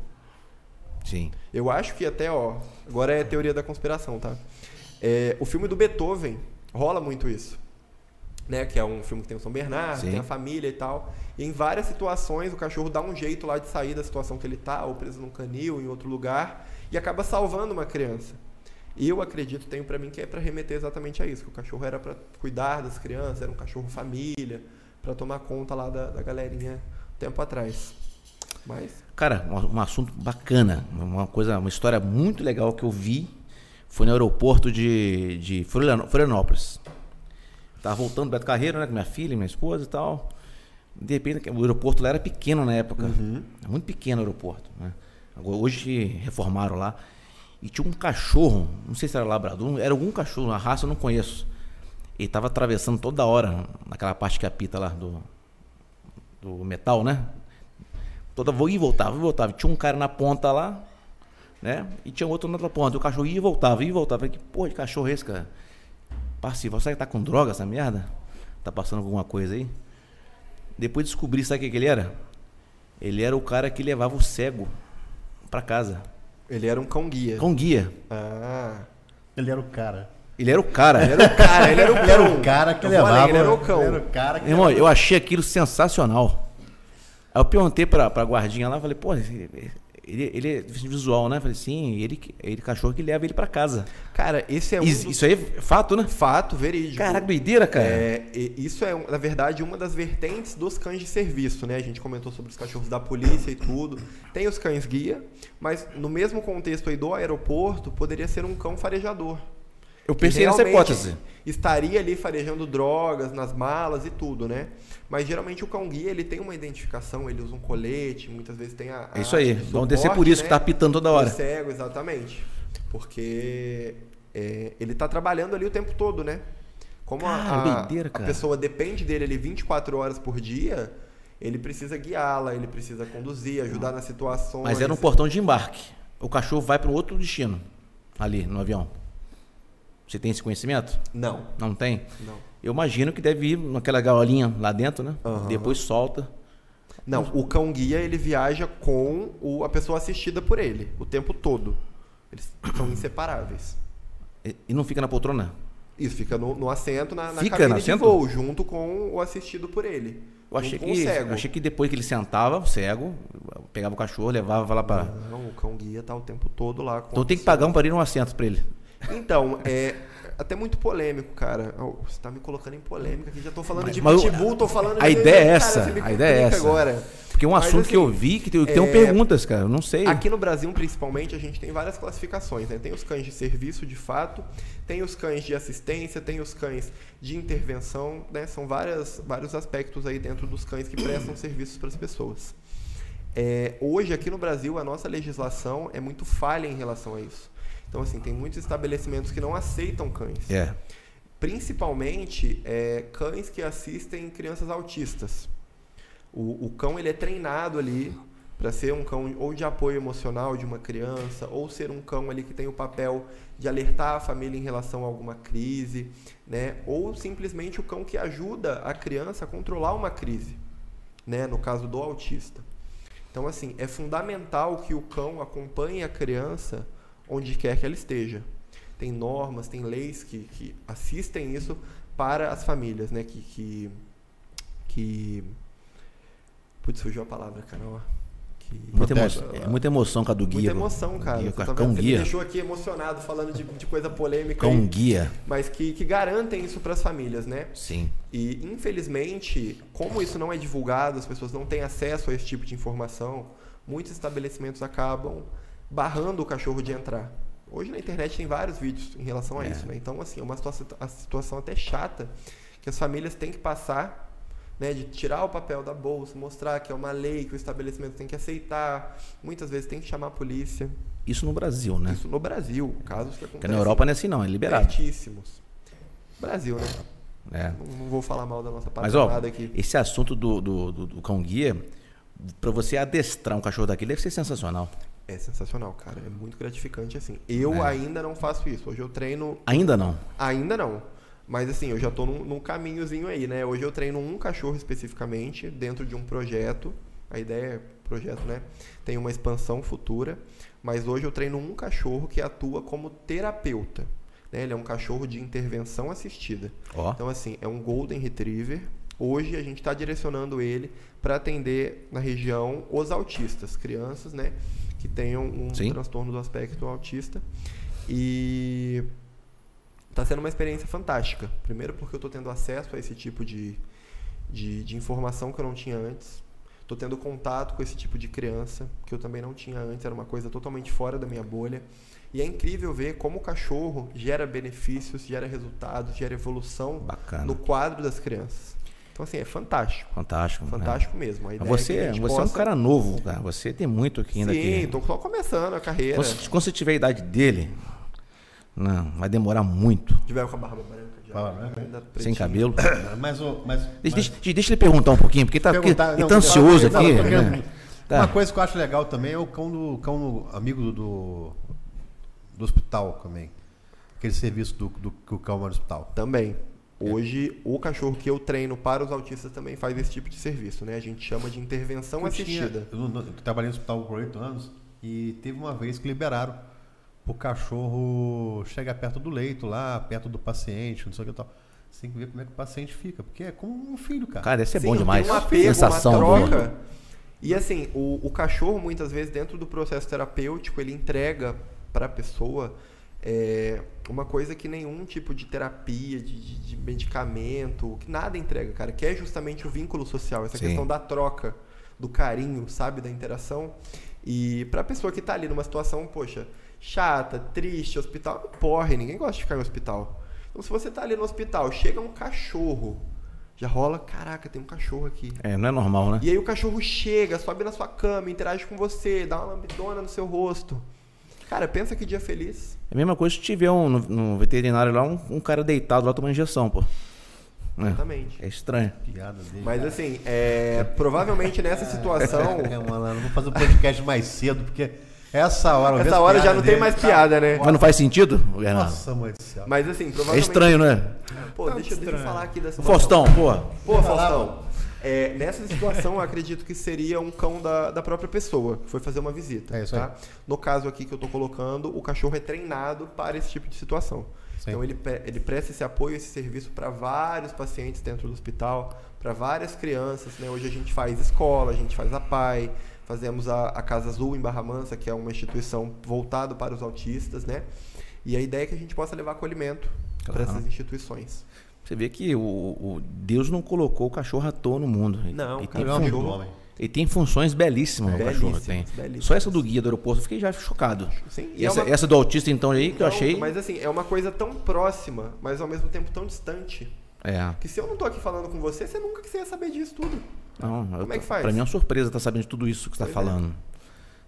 S3: Sim.
S1: Eu acho que até, ó, agora é teoria da conspiração, tá? É, o filme do Beethoven rola muito isso. Né, que é um filme que tem o São Bernardo,
S3: Sim.
S1: tem a família e tal. E em várias situações o cachorro dá um jeito lá de sair da situação que ele tá, ou preso num canil, em outro lugar, e acaba salvando uma criança. E eu acredito, tenho pra mim que é pra remeter exatamente a isso, que o cachorro era pra cuidar das crianças, era um cachorro família, para tomar conta lá da, da galerinha um tempo atrás. Mas
S3: Cara, um, um assunto bacana, uma coisa, uma história muito legal que eu vi foi no aeroporto de, de Floriano- Florianópolis. Tava voltando do Beto Carreiro, né, com minha filha, minha esposa e tal. De repente, o aeroporto lá era pequeno na época. Era muito pequeno o aeroporto, né? Agora, hoje reformaram lá. E tinha um cachorro, não sei se era labrador, era algum cachorro, uma raça eu não conheço. Ele tava atravessando toda hora naquela parte que apita lá do, do metal, né? Toda vou e voltava, e voltava. Tinha um cara na ponta lá, né? E tinha outro na outra ponta. E o cachorro ia e voltava, ia e voltava. Falei, que porra de cachorro é esse, cara? Passivo, será que tá com droga essa merda? Tá passando alguma coisa aí? Depois descobri, sabe o que, que ele era? Ele era o cara que levava o cego pra casa.
S1: ele era um cão guia.
S3: Com guia.
S1: Ah.
S2: Ele era o cara.
S3: Ele era o cara.
S1: Ele era o cara, ele era o
S2: Ele era
S1: cão.
S2: o cara que
S1: Eu falei,
S2: levava.
S1: Ele era o cão.
S2: Ele era o cara que
S3: Irmão, eu achei aquilo sensacional. Aí eu perguntei pra, pra guardinha lá, falei, pô, ele, ele- ele é visual, né? Falei, sim, ele, que- ele é cachorro que leva ele pra casa.
S1: Cara, esse é um
S3: Isso,
S1: dos-
S3: isso aí é fato, né?
S1: fato verídico.
S3: Caraca, doideira, cara.
S1: É, e- isso é, um- na verdade, uma das vertentes dos cães de serviço, né? A gente comentou sobre os cachorros da polícia e tudo. Tem os cães guia, mas no mesmo contexto aí do aeroporto, poderia ser um cão farejador.
S3: eu
S1: que
S3: pensei nessa
S1: realmente
S3: hipótese.
S1: Estaria ali farejando drogas nas malas e tudo, né? Mas geralmente o cão guia, ele tem uma identificação, ele usa um colete, muitas vezes tem a.
S3: É
S1: a
S3: isso aí.
S1: de
S3: Vamos descer
S1: suporte,
S3: por isso,
S1: né?
S3: que tá apitando toda
S1: É
S3: hora.
S1: cego, exatamente. Porque é, ele tá trabalhando ali o tempo todo, né? Como a-
S3: Cara,
S1: a,
S3: doideira,
S1: a
S3: cara.
S1: pessoa depende dele ali 24 horas por dia, ele precisa guiá-la, ele precisa conduzir, ajudar nas situações.
S3: Mas era um portão de embarque. O cachorro vai pra um outro destino, ali, no avião. Você tem esse conhecimento?
S1: Não,
S3: Não tem?
S1: não.
S3: Eu imagino que deve ir naquela gaiolinha lá dentro, né?
S1: Aham.
S3: Depois solta.
S1: Não, o cão guia ele viaja com o- a pessoa assistida por ele o tempo todo. Eles são inseparáveis.
S3: E- e não fica na poltrona.
S1: Isso fica no, no assento, na, na
S3: Fica no
S1: cabine
S3: assento?
S1: de voo, junto com o assistido por ele.
S3: Eu achei,
S1: junto Um com o
S3: que,
S1: cego.
S3: achei que depois que ele sentava, o cego, pegava o cachorro, levava lá pra.
S1: Não, o cão guia tá o tempo todo lá com
S3: Então tem que
S1: pagar.
S3: pagar um parede e um assento pra ele.
S1: Então, é até muito polêmico, cara. Ó, você tá me colocando em polêmica aqui. Já tô falando
S3: Mas-
S1: de
S3: mas o-
S1: pitbull, tô falando
S3: a
S1: de-
S3: ideia é
S1: cara,
S3: essa,
S1: você me
S3: a ideia é
S1: complica
S3: essa.
S1: Agora.
S3: Porque é um
S1: Mas,
S3: assunto que eu
S1: assim,
S3: vi que tem, que tem
S1: é,
S3: perguntas, cara. Eu não sei.
S1: Aqui no Brasil, principalmente, a gente tem várias classificações, né? Tem os cães de serviço, de fato, tem os cães de assistência, tem os cães de intervenção, né? São várias, vários aspectos aí dentro dos cães que prestam serviços para as pessoas. É, hoje, aqui no Brasil, a nossa legislação é muito falha em relação a isso. Então, assim, tem muitos estabelecimentos que não aceitam cães.
S3: É.
S1: principalmente é, cães que assistem crianças autistas. O, o cão ele é treinado ali para ser um cão ou de apoio emocional de uma criança, ou ser um cão ali que tem o papel de alertar a família em relação a alguma crise, né? ou simplesmente o cão que ajuda a criança a controlar uma crise, né? no caso do autista. Então, assim, é fundamental que o cão acompanhe a criança onde quer que ela esteja. Tem normas, tem leis que, que assistem isso para as famílias, né? Que. que, que... Putz, fugiu a palavra, cara. ó. Que...
S3: Muita, emoção, é muita emoção com a do
S1: Muita
S3: guia.
S1: emoção, cara.
S3: Guia,
S1: Você tá vendo?
S3: cão
S1: Você me
S3: guia.
S1: deixou aqui emocionado falando de, de coisa polêmica.
S3: Cão
S1: aí,
S3: guia.
S1: mas que, que garantem isso para as famílias, né?
S3: Sim.
S1: E, infelizmente, como isso não é divulgado, as pessoas não têm acesso a esse tipo de informação, muitos estabelecimentos acabam barrando o cachorro de entrar. Hoje na internet tem vários vídeos em relação a
S3: É.
S1: isso, né? Então, assim, é uma situação, a situação até chata que as famílias têm que passar, né? De tirar o papel da bolsa, mostrar que é uma lei que o estabelecimento tem que aceitar. Muitas vezes tem que chamar a polícia.
S3: Isso no Brasil, né?
S1: Isso no Brasil, casos que
S3: Porque
S1: acontecem.
S3: na Europa não é assim, não. É liberado.
S1: Certíssimos. Brasil, né?
S3: É.
S1: Não, não vou falar mal da nossa
S3: Mas, ó,
S1: patronada Tá aqui.
S3: esse assunto do, do, do- do cão guia, pra você adestrar um cachorro daquele, deve ser sensacional.
S1: É sensacional, cara. É muito gratificante, assim. Eu
S3: É.
S1: ainda não faço isso. Hoje eu treino.
S3: Ainda não.
S1: Ainda não. Mas assim, eu já tô num, num caminhozinho aí, né? Hoje eu treino um cachorro especificamente, dentro de um projeto. A ideia é projeto, né? Tem uma expansão futura. Mas hoje eu treino um cachorro que atua como terapeuta. né? Ele é um cachorro de intervenção assistida.
S3: Ó.
S1: Então, assim, é um Golden Retriever. Hoje a gente está direcionando ele para atender na região os autistas, crianças, né? Que tenham um
S3: Sim.
S1: transtorno do aspecto autista. E tá está sendo uma experiência fantástica. Primeiro porque eu estou tendo acesso a esse tipo de, de, de informação que eu não tinha antes. Tô tendo contato com esse tipo de criança, que eu também não tinha antes, era uma coisa totalmente fora da minha bolha. E é incrível ver como o cachorro gera benefícios, gera resultados, gera evolução
S3: Bacana.
S1: no quadro das crianças. Então, assim, é fantástico.
S3: Fantástico. né?
S1: Fantástico mesmo. A
S3: Mas
S1: ideia
S3: Você,
S1: é, que a gente
S3: você é um
S1: possa-
S3: cara novo, cara. Você tem muito aqui ainda.
S1: Sim,
S3: que...
S1: tô só começando a carreira.
S3: Quando, quando você tiver a idade dele, não, vai demorar muito.
S1: Tiver com a barba branca já.
S2: Barba branca,
S1: ainda
S3: Sem
S1: pretinho.
S3: cabelo.
S2: Mas, ô, mas, mas-
S3: Deixa, deixa- deixa ele perguntar um pouquinho, porque tá, porque,
S2: perguntar-
S3: ele
S2: não,
S3: tá
S2: não,
S3: ansioso
S2: não,
S3: aqui.
S2: não, porque-
S3: né? Tá.
S2: Uma coisa que eu acho legal também é o cão do, cão do- amigo do, do hospital também. Aquele serviço do, do, que o cão vai no hospital.
S1: Também.
S3: É.
S1: Hoje, o cachorro que eu treino para os autistas também faz esse tipo de serviço, né? A gente chama de intervenção
S2: Eu tinha-
S1: assistida.
S2: eu, não- eu trabalhei no hospital por oito anos e teve uma vez que liberaram o cachorro chegar perto do leito lá, perto do paciente, não sei o que e tal. Você tem que ver como é que o paciente fica, porque é como um filho, cara.
S3: Cara, esse é
S1: Sim,
S3: bom
S1: tem
S3: demais.
S1: Um apego,
S3: Sensação
S1: uma
S3: boa.
S1: troca. E assim, o, o cachorro, muitas vezes, dentro do processo terapêutico, ele entrega para a pessoa é, uma coisa que nenhum tipo de terapia, de, de- de medicamento, que nada entrega, cara. Que é justamente o vínculo social, essa
S3: Sim.
S1: questão da troca, do carinho, sabe? Da interação. E pra pessoa que tá ali numa situação, poxa, chata, triste, hospital, não porre, ninguém gosta de ficar em hospital. Então, se você tá ali no hospital, chega um cachorro, já rola, caraca, tem um cachorro aqui.
S3: É, não é normal, né?
S1: E aí o cachorro chega, sobe na sua cama, interage com você, dá uma lambidona no seu rosto. Cara, pensa que dia feliz.
S3: É a mesma coisa se tiver um, no, no veterinário lá, um, um cara deitado lá tomando injeção, pô. É,
S1: Exatamente.
S3: é estranho.
S2: Piada dele.
S1: Mas assim, é, provavelmente nessa situação.
S2: É, mano, eu vou fazer o podcast mais cedo, porque essa hora. eu
S1: Essa
S2: vejo
S1: hora
S2: piada
S1: já não tem
S2: dele,
S1: mais
S2: tá?
S1: piada, né?
S3: Mas não faz sentido, Bernardo?
S2: Nossa, mãe do céu.
S1: Mas assim,
S3: É
S1: provavelmente.
S3: estranho, né?
S1: Pô, deixa, eu- deixa eu falar aqui dessa
S3: Faustão, pô.
S1: Pô, Faustão, é, nessa situação eu acredito que seria um cão da, da própria pessoa, que foi fazer uma visita.
S2: É isso
S1: tá? No caso aqui que eu tô colocando, o cachorro é treinado para esse tipo de situação.
S2: Sim.
S1: Então ele, pe- ele presta esse apoio, esse serviço para vários pacientes dentro do hospital, para várias crianças. Né? Hoje a gente faz escola, a gente faz a PAI, fazemos a, a Casa Azul em Barra Mansa, que é uma instituição voltada para os autistas. né? E a ideia é que a gente possa levar acolhimento para
S3: Claro.
S1: essas instituições.
S3: Você vê que o, o Deus não colocou o cachorro à toa no mundo. Ele-
S1: Não,
S3: ele
S1: cara,
S2: Ele
S3: tem,
S2: é um
S1: fudou.
S2: amigo do homem.
S3: ele tem funções belíssimas o cachorro. Tem.
S1: Belíssimas, belíssimas.
S3: Só essa do guia do aeroporto, eu fiquei já chocado.
S1: Sim,
S3: E
S1: é
S3: essa,
S1: uma-
S3: essa do autista, então, aí, que eu
S1: Não,
S3: achei.
S1: Mas assim, é uma coisa tão próxima, mas ao mesmo tempo tão distante,
S3: É.
S1: que se eu não tô aqui falando com você, você nunca que você ia saber disso tudo.
S3: Não, eu
S1: Como é
S3: tô-
S1: que faz?
S3: Pra mim é uma surpresa estar sabendo de tudo isso que você tá
S1: Pois é.
S3: falando.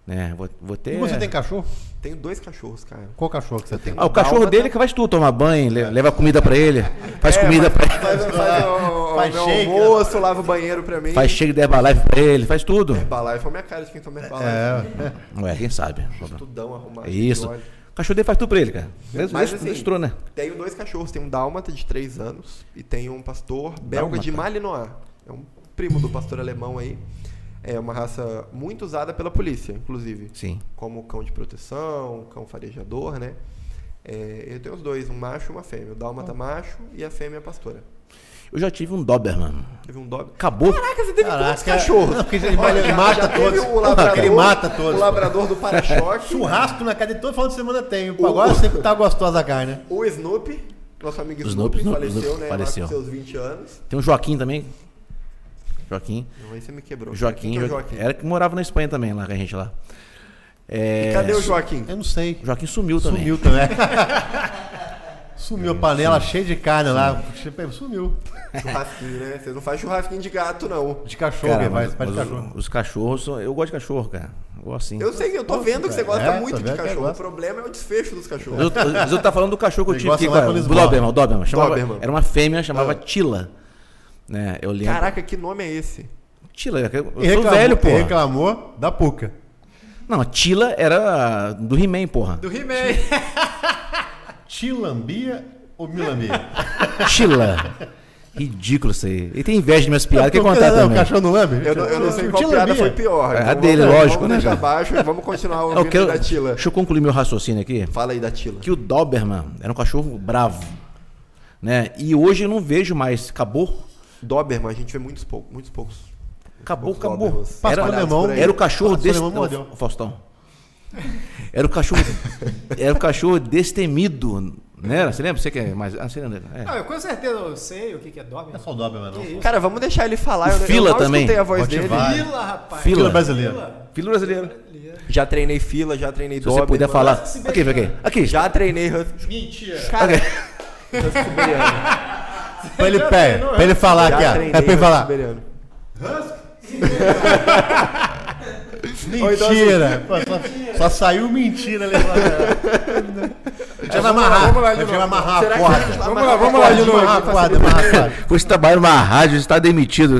S3: Né, vou, vou ter.
S2: E você tem cachorro?
S1: Tenho dois cachorros, cara.
S2: Qual cachorro que você tem?
S3: Ah, o cachorro
S1: Dalma
S3: dele que faz tudo, toma banho, le- leva comida pra ele, É, faz
S1: É,
S3: comida pra ele,
S1: Faz, faz o,
S2: Faz
S1: meu
S2: shake,
S1: almoço, lava o banheiro pra mim.
S3: faz cheio de Herbalife pra ele, faz tudo.
S1: Herbalife, foi a minha cara de quem toma Herbalife.
S2: É.
S3: Ué, quem sabe?
S1: Tudão arrumado.
S3: É isso.
S1: de óleo.
S3: O cachorro dele faz tudo pra ele, cara. Des-
S1: Mas,
S3: des-
S1: assim,
S3: Destrou, né?
S1: Tenho dois cachorros, tenho um dálmata de 3 anos e tenho um pastor belga de Malinois. É um primo do pastor alemão aí. É uma raça muito usada pela polícia, inclusive.
S3: Sim.
S1: como cão de proteção, cão farejador, né? É, eu tenho os dois, um macho e uma fêmea. O dálmata macho e a fêmea pastora.
S3: Eu já tive um Doberman.
S1: Teve um dog.
S3: Acabou.
S1: Caraca, você teve
S2: Caraca, é
S1: quantos cachorros?
S2: não, porque ele- ele mata todos.
S1: o um labrador,
S2: Ele mata todos.
S1: O labrador do para-choque.
S2: Churrasco na cadeia todo final de semana tem.
S3: Uh.
S2: Agora sempre tá gostosa a carne, né?
S1: O Snoopy, nosso amigo
S3: O
S1: Snoopy,
S3: Snoopy, Snoopy,
S1: faleceu,
S3: Snoopy
S1: né?
S3: faleceu.
S1: Lá com seus 20 anos.
S3: Tem um Joaquim também. Joaquim.
S1: Não, aí você me quebrou.
S3: Joaquim,
S1: Quem que é o
S3: Joaquim.
S1: Joaquim?
S3: Era que morava na Espanha também, lá com a gente lá. É,
S1: Cadê o Joaquim?
S2: Eu não sei.
S3: o Joaquim sumiu também.
S2: Sumiu também. Sumiu a panela cheia de carne lá. Sumiu.
S1: Churrasquinho, né? Vocês não fazem churrasquinho de gato, não.
S2: De cachorro,
S3: Cara,
S2: cara,
S3: mas,
S2: vai, vai de
S3: mas
S2: cachorro.
S3: os, os cachorros, são- eu gosto de cachorro, cara. Eu gosto sim.
S1: Eu sei, eu tô vendo que você gosta
S2: É,
S1: muito
S2: tô
S1: de
S2: vendo que eu
S1: cachorro. O
S2: gosto.
S1: problema é o desfecho dos cachorros.
S3: Mas eu, mas eu tava tá falando do cachorro que eu
S2: Ele
S3: tive
S2: gosta
S3: aqui,
S2: lá
S3: cara.
S2: pra
S3: O
S2: Lisboa.
S3: Doberman, o Doberman. Chamava,
S1: Doberman.
S3: Era uma fêmea, chamava
S2: É.
S3: Tila. Né, eu lembro.
S1: Caraca, que nome é esse?
S3: Tila, eu sou
S2: E reclamou,
S3: velho,
S2: e
S3: porra.
S2: reclamou da puca.
S3: Não, Tila era do He-Man, porra.
S4: Do He-Man.
S2: Tilambia ou milambia?
S3: Tila. Ridículo isso aí. Ele tem inveja de minhas piadas, quer
S2: Porque
S3: contar
S2: não, O
S3: também.
S2: cachorro não lambe?
S1: Eu não, eu não sei
S2: O
S1: qual piada
S2: tilambia.
S1: foi pior.
S3: É a
S1: então
S3: dele,
S1: vamos,
S3: lógico,
S1: vamos
S3: né,
S1: Deixar
S3: cara? É
S1: abaixo e vamos continuar ouvindo
S3: Eu quero-
S1: da Tila.
S3: Deixa eu concluir meu raciocínio aqui.
S1: Fala aí da Tila.
S3: que o Doberman era um cachorro bravo, né? E hoje eu não vejo mais. Acabou,
S1: Doberman, a gente vê muitos poucos. Muitos poucos.
S3: acabou,
S1: Poucos
S3: acabou.
S1: Dobermans
S3: Era,
S2: Pastor
S1: espalhados por aí.
S3: era o cachorro
S2: Pastor
S3: desse,
S2: alemão
S3: não,
S2: mordeu.
S3: Faustão. Era o cachorro, era o cachorro destemido Não era? Você lembra? Você que é mais. Ah, você lembra? É.
S4: Não, eu com certeza eu sei o que que é Doberman.
S2: Não é só o Doberman,
S4: Que
S2: não.
S4: isso?
S1: Cara, vamos deixar ele falar.
S3: O
S1: eu,
S3: Fila
S1: eu mal
S3: também.
S1: escutei a voz
S2: Pode
S1: dele.
S2: vai.
S4: Fila, rapaz.
S3: Fila.
S2: Fila brasileira.
S1: Ah,
S3: Filho brasileiro.
S1: Já treinei fila, já treinei
S3: Se
S1: dobre.
S3: você puder falar.
S4: se
S3: Aqui, aqui. Aqui.
S1: Já treinei. Hus-
S4: Mentira.
S1: Cara. Husky siberiano.
S2: Pra ele, pé, pra ele falar
S1: Já
S2: aqui, ó.
S1: treinei
S2: É pra ele
S1: husky
S2: falar.
S1: siberiano.
S2: Mentira! Só, só saiu mentira ali. Deixa ela amarrar.
S4: vamos lá de
S2: Deixa ela
S4: novo.
S2: amarrar a
S1: Será que
S2: corda.
S1: a gente-
S4: Vamos lá, vamos lá de
S2: Amarrar
S4: novo.
S2: a
S1: um
S2: corda, amarrar a corda.
S3: Você trabalha numa rádio, está demitido.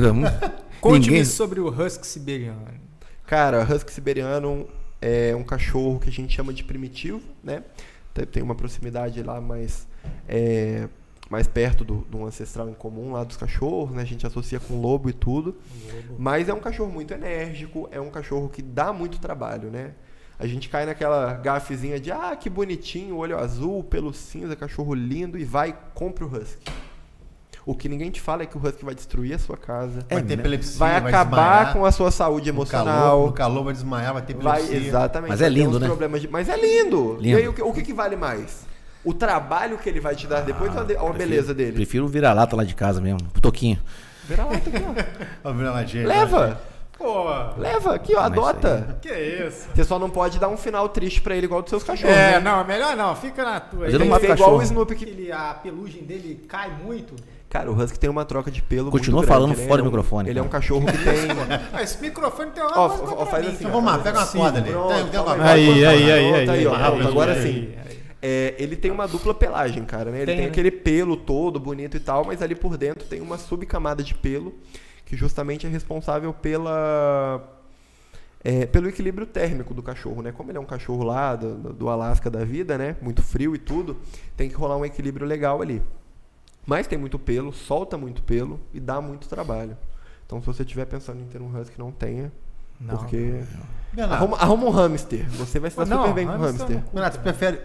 S3: cara. Hum.
S4: Conte-me
S3: Ninguém.
S4: sobre o Husky Siberiano.
S1: Cara, Husky Siberiano é um cachorro que a gente chama de primitivo, né? Tem- Tem uma proximidade lá mais, é, mais perto do, do ancestral em comum lá dos cachorros, né? A gente associa com lobo e tudo. Mas é um cachorro muito enérgico, é um cachorro que dá muito trabalho, né? A gente cai naquela gafezinha de ah, que bonitinho, olho azul, pelo cinza, cachorro lindo, e vai, compra o Husky. O que ninguém te fala é que o Husky vai destruir a sua casa,
S2: É, Vai ter epilepsia,
S1: vai acabar com a sua saúde
S2: no
S1: emocional.
S2: calor, no calor vai desmaiar, vai ter
S1: Vai,
S2: epilepsia.
S1: exatamente.
S3: Mas é
S1: vai ter
S3: lindo,
S1: uns
S3: né?
S1: problemas de- Mas é lindo. E
S3: Lindo.
S1: aí, o que, o que que vale mais? O trabalho que ele vai te dar depois ou a, de- ou a beleza dele?
S3: Ah, Prefiro o vira-lata lá de casa mesmo. O Toquinho.
S1: Vira lá, tá aqui,
S2: Ó, vira lá, gente,
S1: ó. Leva,
S4: Pô,
S1: leva aqui, ó,
S3: Ah, né? mas
S1: adota.
S4: que isso?
S1: Você só não pode dar um final triste pra ele igual dos seus cachorros.
S4: É,
S1: né?
S4: não, é melhor não. Fica na tua.
S3: Mas
S4: aí.
S3: eu não
S4: Tem
S1: Tem
S3: mato
S1: que ser igual
S3: cachorro.
S1: o Snoopy
S4: que
S1: que.
S4: ele- a pelugem dele cai muito.
S1: Cara, o Husky tem uma troca de pelo.
S3: Continua
S1: muito grande,
S3: falando
S1: né?
S3: fora do
S1: Ele é um-
S3: microfone,
S1: Ele é um
S3: cara.
S1: cachorro que tem.
S4: Ah, esse microfone tem uma
S1: Ó,
S4: coisa
S1: ó,
S4: contra
S1: faz
S4: mim,
S1: assim,
S4: cara.
S2: Então vamos lá, pega uma corda ali.
S1: Pronto,
S2: Tem- tem
S1: calma
S2: uma
S1: agora
S2: corda.
S5: Aí,
S1: pronto,
S5: aí, aí,
S1: pronto,
S5: aí,
S1: ó,
S5: aí,
S1: pronto,
S5: aí,
S1: Agora
S5: aí.
S1: sim. É, ele tem uma dupla pelagem, cara, né? Ele tem,
S4: Tem, né?
S1: aquele pelo todo bonito e tal, mas ali por dentro tem uma subcamada de pelo que justamente é responsável pela é, pelo equilíbrio térmico do cachorro, né? Como ele é um cachorro lá do, do- do Alasca da vida, né? Muito frio e tudo, tem que rolar um equilíbrio legal ali. Mas tem muito pelo, solta muito pelo e dá muito trabalho. Então se você estiver pensando em ter um husky, não tenha,
S4: Não. Ah,
S1: porque
S2: Bernardo,
S1: Arruma, arruma um hamster. Você vai se dar
S4: Não,
S1: super bem com
S4: hamster
S1: hamster.
S2: Bernardo, você prefere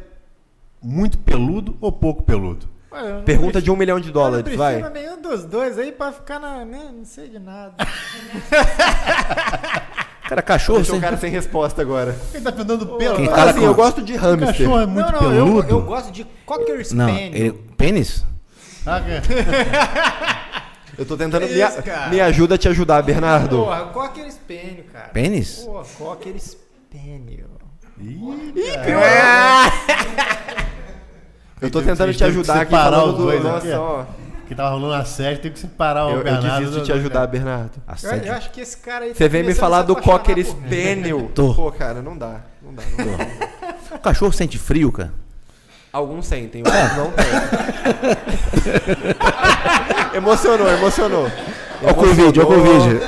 S2: muito peludo ou pouco peludo?
S4: Ué, eu não
S1: Pergunta de um milhão de
S4: Eu não
S1: dólares, vai.
S4: prefiro nenhum dos dois aí pra ficar na. né, não sei de nada.
S3: Cara, cachorro.
S1: Deixa
S3: Você...
S1: o cara sem resposta agora.
S2: Ele tá perguntando pelo.
S3: Quem
S2: Quem
S3: fala
S1: Fala assim,
S3: com-
S1: eu gosto
S4: um
S1: de hamster.
S2: cachorro é muito
S4: não, não,
S2: peludo.
S4: Eu, eu gosto de Cocker
S3: Não,
S4: Spaniel.
S3: ele... pênis?
S2: Ah, cara.
S1: Eu tô tentando.
S4: Que
S1: me, a-
S4: isso, cara?
S1: me ajuda a te ajudar, Bernardo.
S4: Porra, Cocker Spaniel, cara.
S3: Pênis?
S4: Porra, Cocker Spaniel.
S2: Ih,
S1: Eu tô tentando
S2: Tem
S1: te
S2: que
S1: ajudar aqui
S2: separar
S1: falando
S2: os
S1: do.
S2: dois aqui,
S1: Nossa,
S2: ó.
S1: ó.
S2: que tava rolando a série, tem que separar
S1: Eu,
S2: o
S1: eu
S2: Bernardo.
S1: desisto de
S2: do-
S1: te ajudar, Bernardo.
S4: Eu,
S3: Assédio.
S1: é.
S4: eu acho que esse cara aí.
S1: Você
S4: tá
S1: vem me
S4: começando a
S1: falar
S4: se
S1: do
S4: apaixonar
S1: Cocker
S4: por mim.
S1: Spaniel.
S3: Tô.
S1: Pô, cara, não dá. Não dá, não dá.
S3: O cachorro sente frio, cara.
S1: Alguns sentem, outros não tem. emocionou, emocionou.
S3: Ó o Covid, ó o
S1: Emocionou,
S3: Covid.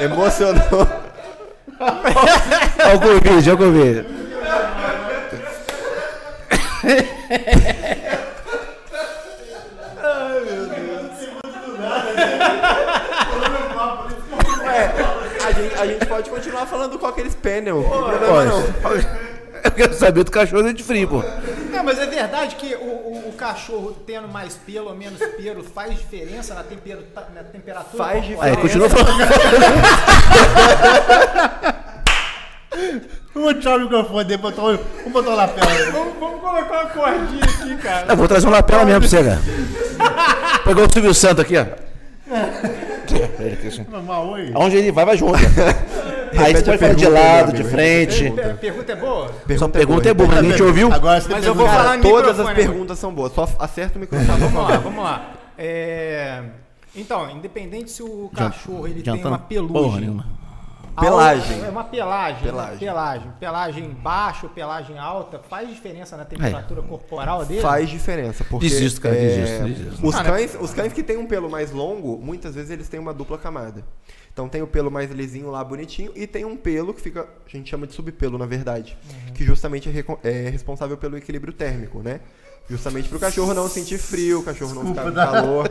S1: Emocionou.
S3: Ó o Covid, ó o Covid.
S1: É, A gente, a gente pode continuar falando com aqueles panel. Não tem problema, não.
S3: Eu quero saber do cachorro sente frio, pô.
S4: Não, mas é verdade que o, o- o cachorro tendo mais pelo ou menos pelo faz diferença na, tempero- ta- na temperatura?
S1: Faz
S4: corporal?
S3: Aí,
S1: diferença.
S3: continua falando.
S2: Vamos tirar o microfone dele, botar o- vamos botar o lapela.
S4: Vamos, vamos colocar uma cordinha aqui, cara.
S3: Eu vou trazer um lapela mesmo pra você, cara. Pegou o Silvio Santo aqui, ó.
S2: Normal, um, oi.
S3: Aonde ele vai, vai junto. Aí
S1: Repete a
S3: você pode falar de
S1: pergunta,
S3: lado,
S1: meu
S3: de
S1: amigo,
S3: frente.
S1: repete
S4: A pergunta é boa?
S3: Só pergunta é burra, ninguém te ouviu?
S2: Agora você
S4: Mas
S2: tem
S4: eu vou
S2: pergunta.
S1: Cara,
S4: falar no
S1: todas
S4: microfone
S1: as perguntas são boas. Só acerta o microfone.
S4: Tá, Vamos lá, vamos lá. É, Então, independente se o cachorro ele tem uma
S3: Tá Porra
S4: pelugem.
S3: nenhuma.
S4: alta-
S1: Pelagem.
S4: É uma pelagem.
S1: Pelagem.
S4: Pelagem. Pelagem. Pelagem baixa ou pelagem alta faz diferença na temperatura corporal dele?
S1: É. Faz diferença, porque
S3: Desisto, cara,
S1: é,
S3: desisto, desisto.
S1: Os
S4: Ah, né?
S1: cães, os cães que têm um pelo mais longo, muitas vezes eles têm uma dupla camada. Então tem o pelo mais lisinho lá, bonitinho, e tem um pelo que fica, a gente chama de subpelo, na verdade, que justamente é, recon- é responsável pelo equilíbrio térmico, né? Justamente pro cachorro não sentir frio, o cachorro não ficar com
S2: Desculpa, né?
S1: calor.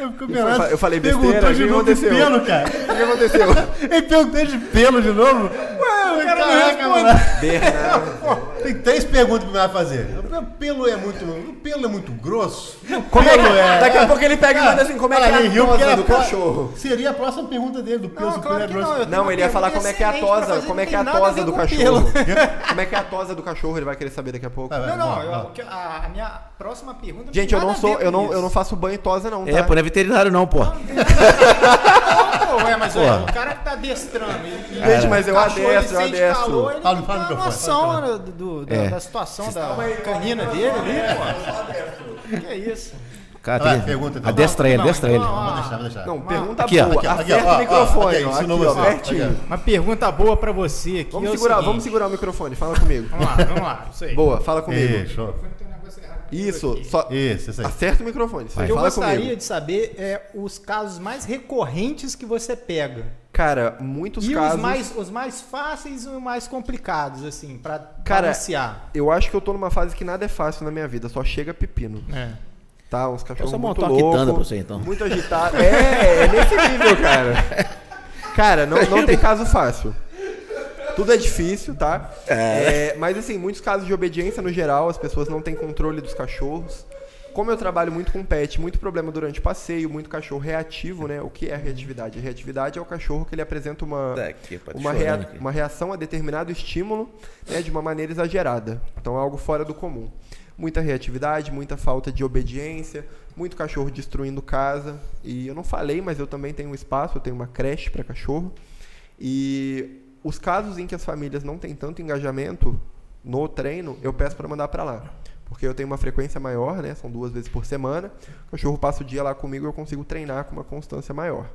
S2: É porque o
S1: Eu
S2: Bernardo
S1: fa- eu falei besteira,
S2: Perguntou de
S1: o que
S2: novo de
S1: aconteceu?
S2: pelo, cara.
S1: O que aconteceu?
S2: Ele perguntou de pelo de novo? Ué,
S4: cara não
S2: caraca,
S4: responde.
S2: mano.
S1: Bernardo.
S2: Tem três perguntas que você vai fazer. O pelo é muito, o pelo é muito grosso?
S1: Como é que-
S2: Pelo
S1: daqui a pouco ele pega e manda assim, como é que é
S2: ele
S1: a
S2: riu
S1: tosa
S2: porque era
S1: do
S2: pro-
S1: cachorro?
S2: Seria a próxima pergunta dele, do pelo, se o pelo é grosso.
S4: eu tenho
S1: Não,
S4: uma
S1: ele ia falar
S4: pergunta
S1: como é que é a
S4: excelente pra
S1: tosa,
S4: fazer,
S1: como é
S4: não
S1: que é a
S4: tem nada
S1: tosa
S4: ver
S1: do
S4: com pelo.
S1: cachorro. Como é que é a tosa do cachorro, ele vai querer saber daqui a pouco.
S2: Tá, vai.
S4: Não, não,
S2: Não,
S4: eu-
S2: não.
S4: que a a minha próxima pergunta não
S1: Gente,
S4: tem
S1: eu não
S4: nada a
S1: sou,
S4: ver
S1: eu
S4: com
S1: não,
S4: isso.
S1: eu não faço banho e tosa não, tá?
S3: É, pô, não é veterinário não, pô.
S4: Não, pô, é, mas olha,
S2: Porra.
S4: o cara que tá adestrando. e- e-
S1: Gente, mas eu
S4: cachorro, ele
S1: adestro, eu
S4: sente
S1: adestro.
S4: calor, ele
S2: Fala,
S4: não
S2: fala no
S4: tem uma
S2: microfone,
S4: noção
S2: fala
S4: do, do- da,
S3: É.
S4: da situação da canina dele ali, pô. Que isso?
S3: Cara,
S2: Vai,
S3: tem-
S2: pergunta, então.
S3: Adestra Ah, ele,
S4: Não,
S3: adestra
S4: não,
S3: ele.
S4: não,
S2: Vou deixar, vou deixar.
S1: Não, pergunta
S3: Aqui, ó,
S1: boa.
S2: aqui, ó,
S1: Acerta
S2: aqui, ó, ó,
S1: o microfone,
S2: ok,
S1: ó,
S2: ensinou
S1: aqui, ó,
S2: você, ó,
S1: pertinho.
S2: aqui,
S4: Uma pergunta boa pra você aqui.
S1: Vamos
S4: é o
S1: segurar,
S4: seguinte.
S1: vamos segurar o microfone, fala comigo.
S4: Vamos lá, vamos lá, isso aí. um
S1: Boa, fala comigo.
S2: Isso, ó.
S1: Isso, só
S2: isso, isso aí.
S1: acerta o microfone.
S3: Vai.
S4: Eu
S1: Fala
S4: gostaria
S1: comigo.
S4: de saber é, os casos mais recorrentes que você pega.
S1: Cara, muitos
S4: e
S1: casos.
S4: os, mais, os mais fáceis e os mais complicados, assim, pra
S1: Cara,
S4: balancear.
S1: Eu acho que eu tô numa fase que nada é fácil na minha vida, só chega pepino.
S4: É.
S1: Tá? Uns cachorros
S3: só
S1: muito
S3: montar uma
S1: louco,
S3: quitanda pra você, então.
S1: Muito agitado. É, é nesse nível, cara. Cara, não, não tem caso fácil. Tudo é difícil, tá? É, mas assim, muitos casos de obediência no geral, as pessoas não têm controle dos cachorros. Como eu trabalho muito com pet, muito problema durante passeio, muito cachorro reativo, né? O que é a reatividade? A reatividade é o cachorro que ele apresenta uma,
S3: Tá aqui, pá, tô
S1: uma,
S3: chorando
S1: rea-
S3: aqui.
S1: uma reação a determinado estímulo né, de uma maneira exagerada. Então é algo fora do comum. Muita reatividade, muita falta de obediência, muito cachorro destruindo casa. E eu não falei, mas eu também tenho um espaço, eu tenho uma creche para cachorro. E os casos em que as famílias não têm tanto engajamento no treino, eu peço para mandar para lá. Porque eu tenho uma frequência maior, né? São duas vezes por semana. O cachorro passa o dia lá comigo e eu consigo treinar com uma constância maior.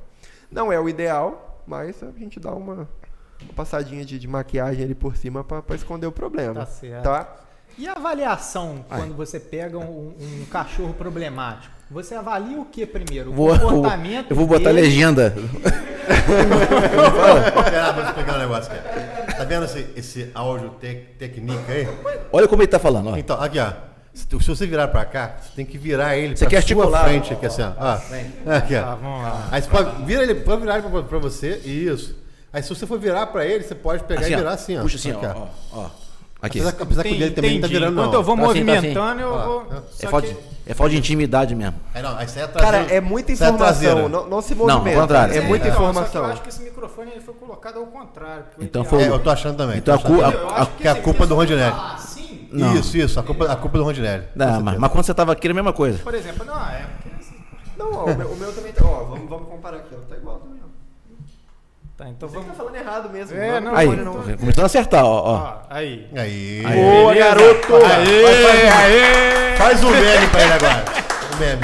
S1: Não é o ideal, mas a gente dá uma, uma passadinha de, de maquiagem ali por cima para esconder o problema.
S4: Tá certo.
S1: Tá?
S4: E a avaliação quando você pega um, um cachorro problemático? Você avalia o que primeiro? O
S3: Vou-
S4: comportamento
S3: eu vou botar
S4: dele?
S3: legenda.
S2: Espera, vou explicar um negócio aqui. Tá vendo esse, esse áudio tec- técnica aí?
S3: Olha como ele tá falando, ó.
S2: Então, aqui, ó. Se tu- se você virar pra cá, você tem que virar ele
S3: Você
S2: pra
S3: quer
S2: sua
S3: articular,
S2: frente
S3: ó,
S2: aqui, assim, ó. ó. Aqui, ó.
S4: Tá, vamos lá.
S2: Aí você pode, vira ele, pode virar ele pra, pra você, isso. Aí se você for virar pra ele, você pode pegar
S3: Assim,
S2: e
S3: ó.
S2: virar assim, ó.
S3: Puxa assim, ó.
S2: Aqui, ó.
S3: ó, ó. Aqui.
S2: Apesar, apesar que o dele também não tá
S4: Entendi. Então,
S2: virando, não.
S4: Enquanto eu vou
S3: Tá assim, tá
S4: movimentando,
S3: assim.
S4: eu
S2: Olha lá.
S4: vou...
S3: É
S4: só
S3: falta,
S4: que-
S3: de- é falta de intimidade mesmo.
S2: Aí não, aí você é traseiro.
S1: Cara, é muita
S2: Isso é a traseira.
S1: informação. Não, não se movimenta.
S3: contrário.
S1: É muita
S4: Não, só que eu
S1: informação.
S4: acho que esse microfone ele foi colocado ao contrário. porque o
S3: Então
S4: ideal-
S3: foi-
S2: É, eu tô achando também.
S3: Então
S2: tô
S3: a cu-
S2: achando
S3: a-
S2: também.
S4: Eu acho
S3: a-
S2: que é a
S4: esse
S2: culpa do
S4: pessoal
S2: Rondinelli.
S4: falar Assim,
S3: Não.
S2: Isso, isso, a culpa, a culpa é do Rondinelli. com
S3: Não, mas,
S2: certeza.
S3: mas quando você tava aqui era a mesma coisa.
S4: por exemplo, não, é porque...
S1: Não, ó, o, meu, o meu também tá. Ó, vamos, vamos comparar aqui. Ó, tá igual também. Ó.
S4: Tá, então
S1: Você que tá
S4: vamos...
S1: falando errado mesmo.
S4: É, não,
S3: Aí,
S4: olha, não.
S1: né?
S3: começando a acertar, ó, ó.
S4: Ó, Ah, aí.
S2: Aí.
S1: Boa, garoto!
S2: Aê, Faz um meme pra ele agora. Um meme.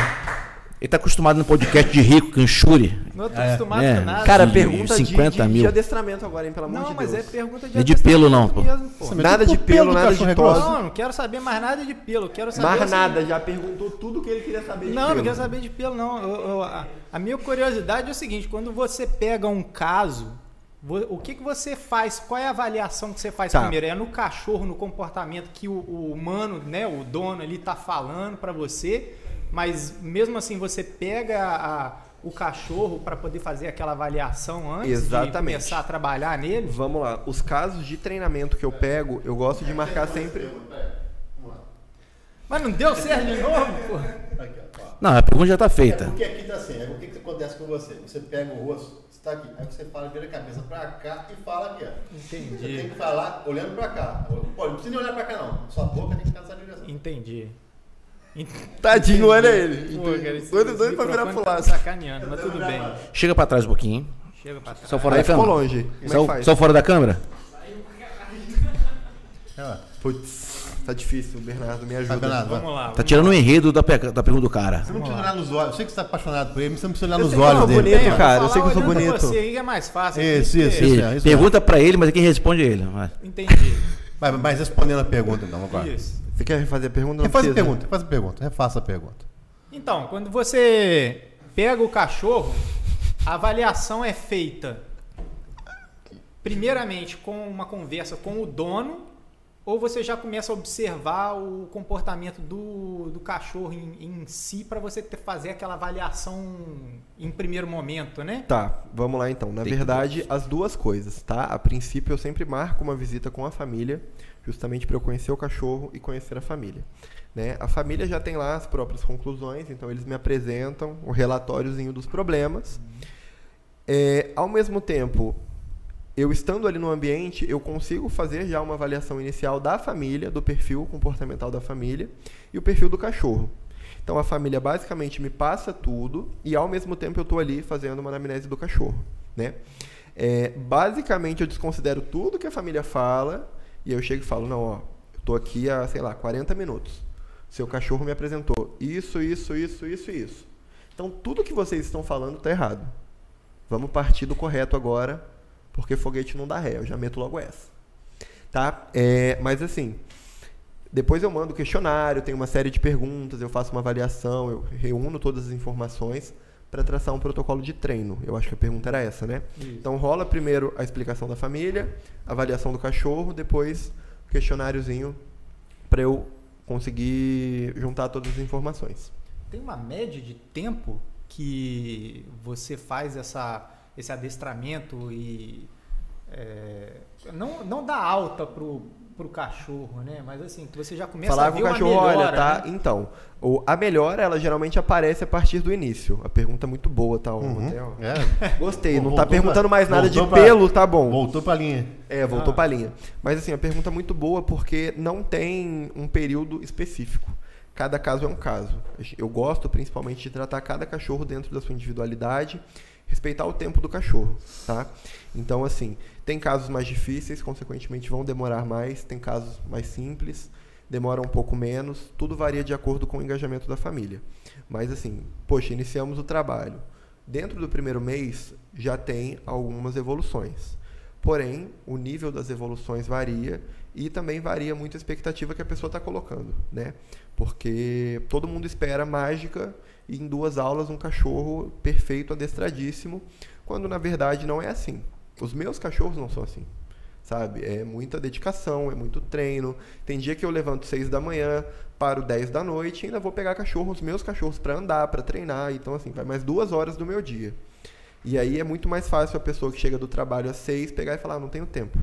S3: Ele tá acostumado no podcast de rico, com enxure.
S4: Não tô acostumado
S3: é.
S4: com nada.
S1: Cara,
S3: De
S1: pergunta de,
S3: 50
S1: de,
S3: mil.
S1: de adestramento agora, hein, pelo amor
S4: não,
S1: de
S4: mas
S1: Deus.
S4: é pergunta de
S3: Nem de pelo, não, pô.
S4: adestramento mesmo, pô.
S1: Nada de
S2: Tipo, o pelo
S1: pelo,
S2: do
S1: nada
S2: cachorro
S1: de
S2: é grosso.
S1: tosse.
S4: Não, não quero saber mais nada de pelo. Quero saber o
S1: Mais
S4: seguinte.
S1: nada, já perguntou tudo que ele queria saber. de
S4: Não, não
S1: pelo.
S4: quero saber de pelo, não. Eu- eu- a, a minha curiosidade é o seguinte: quando você pega um caso, vo- o que, que você faz? Qual é a avaliação que você faz
S1: Tá.
S4: primeiro? É no cachorro, no comportamento que o, o humano, né, o dono ali tá falando para você, mas mesmo assim você pega a- o cachorro para poder fazer aquela avaliação antes de
S1: Exatamente.
S4: começar a trabalhar nele?
S1: Vamos lá, os casos de treinamento que eu pego, eu gosto de marcar sempre.
S4: Mas não deu certo de novo, pô.
S3: Não, a pergunta já tá feita.
S2: Porque aqui tá assim, aí o que, que acontece com você? Você pega o rosto, você tá aqui, aí você fala, vira a cabeça pra cá e fala aqui, ó.
S4: Entendi.
S2: Você tem que falar olhando pra cá. Pô, não precisa nem olhar pra cá, não. Sua boca tem que ficar nessa direção.
S4: Entendi. Ent-
S1: Tadinho, olha ele.
S4: Pô, cara, esse-
S1: Doido,
S4: esse
S1: doido pra virar
S4: microfone
S1: pro
S4: tá me
S1: lado.
S4: sacaneando, mas tudo bem.
S3: Chega pra trás um pouquinho.
S4: Chega pra trás.
S3: Só fora
S1: Aí
S3: da
S1: ficou
S3: câmera.
S1: longe. Como é que
S3: Só,
S1: faz?
S3: só fora da câmera?
S1: Putz, tá difícil, Bernardo, me ajuda.
S2: Tá Bernardo?
S4: Vamos lá.
S3: Tá tirando o enredo da, pe- da pergunta do cara.
S2: Você não precisa olhar nos olhos. Eu sei que você tá apaixonado por ele, mas você não precisa olhar
S1: Eu
S2: nos
S1: sei que é eu
S2: olhos
S1: sou
S2: dele.
S1: bonito,
S2: tá?
S1: cara, eu sei que eu sou
S4: olhando pra
S1: bonito.
S4: Você aí é mais fácil.
S2: Isso,
S4: porque-
S2: isso, isso. é,
S3: E pergunta pra ele, mas é quem responde é ele. vai.
S4: Entendi.
S2: Mas, mas respondendo a pergunta, então, agora.
S4: Isso.
S1: Você quer refazer a pergunta? Não
S2: Refaz a
S1: precisa.
S2: pergunta, refaz a pergunta, refaça a pergunta.
S4: Então, quando você pega o cachorro, a avaliação é feita primeiramente com uma conversa com o dono Ou você já começa a observar o comportamento do, do cachorro em, em si para você ter- fazer aquela avaliação em primeiro momento, né?
S1: Tá, vamos lá então. Na
S3: Tem que
S1: verdade, as duas coisas, tá? A princípio, eu sempre marco uma visita com a família, justamente para eu conhecer o cachorro e conhecer a família. Né? A família já tem lá as próprias conclusões, então eles me apresentam o relatóriozinho dos problemas. É, ao mesmo tempo, eu estando ali no ambiente, eu consigo fazer já uma avaliação inicial da família, do perfil comportamental da família e o perfil do cachorro. Então a família basicamente me passa tudo e ao mesmo tempo eu estou ali fazendo uma anamnese do cachorro, né? É, basicamente eu desconsidero tudo que a família fala e eu chego e falo, não, ó, eu tô aqui há, sei lá, 40 minutos. Seu cachorro me apresentou isso, isso, isso, isso, e isso. Então tudo que vocês estão falando tá errado. Vamos partir do correto agora, porque foguete não dá ré. Eu já meto logo essa. Tá? É, mas assim, depois eu mando o questionário, tem uma série de perguntas, eu faço uma avaliação, eu reúno todas as informações para traçar um protocolo de treino. Eu acho que a pergunta era essa, né? Então rola primeiro a explicação da família, a avaliação do cachorro, depois o questionáriozinho para eu conseguir juntar todas as informações.
S4: Tem uma média de tempo que você faz essa, esse adestramento e. é, não, não dá alta pro, pro cachorro, né? Mas assim, que você já começa a
S1: Falar
S4: ver
S1: com o
S4: uma
S1: cachorro,
S4: melhora,
S1: olha, tá?
S4: né?
S1: Então, o- a melhora, ela geralmente aparece a partir do início. A pergunta é muito boa, tá? O Motel?
S2: É.
S1: Gostei, não
S2: Voltou
S1: tá perguntando
S2: pra-
S1: mais nada de
S2: voltou pra-
S1: pelo, tá bom.
S2: Voltou pra linha.
S1: É, voltou
S4: Ah.
S1: pra linha. Mas assim, a pergunta é muito boa porque não tem um período específico. Cada caso é um caso. Eu gosto principalmente de tratar cada cachorro dentro da sua individualidade, respeitar o tempo do cachorro, tá? Então, assim, tem casos mais difíceis, consequentemente vão demorar mais, tem casos mais simples, demora um pouco menos, tudo varia de acordo com o engajamento da família. Mas assim, poxa, iniciamos o trabalho. Dentro do primeiro mês já tem algumas evoluções. Porém, o nível das evoluções varia e também varia muito a expectativa que a pessoa está colocando, né? Porque todo mundo espera mágica e em duas aulas um cachorro perfeito, adestradíssimo, quando na verdade não é assim. Os meus cachorros não são assim, sabe? É muita dedicação, é muito treino. Tem dia que eu levanto seis da manhã, paro 10 da noite e ainda vou pegar cachorros, meus cachorros, para andar, para treinar. Então, assim, vai mais duas horas do meu dia. E aí é muito mais fácil a pessoa que chega do trabalho às seis pegar e falar, "Ah, não tenho tempo.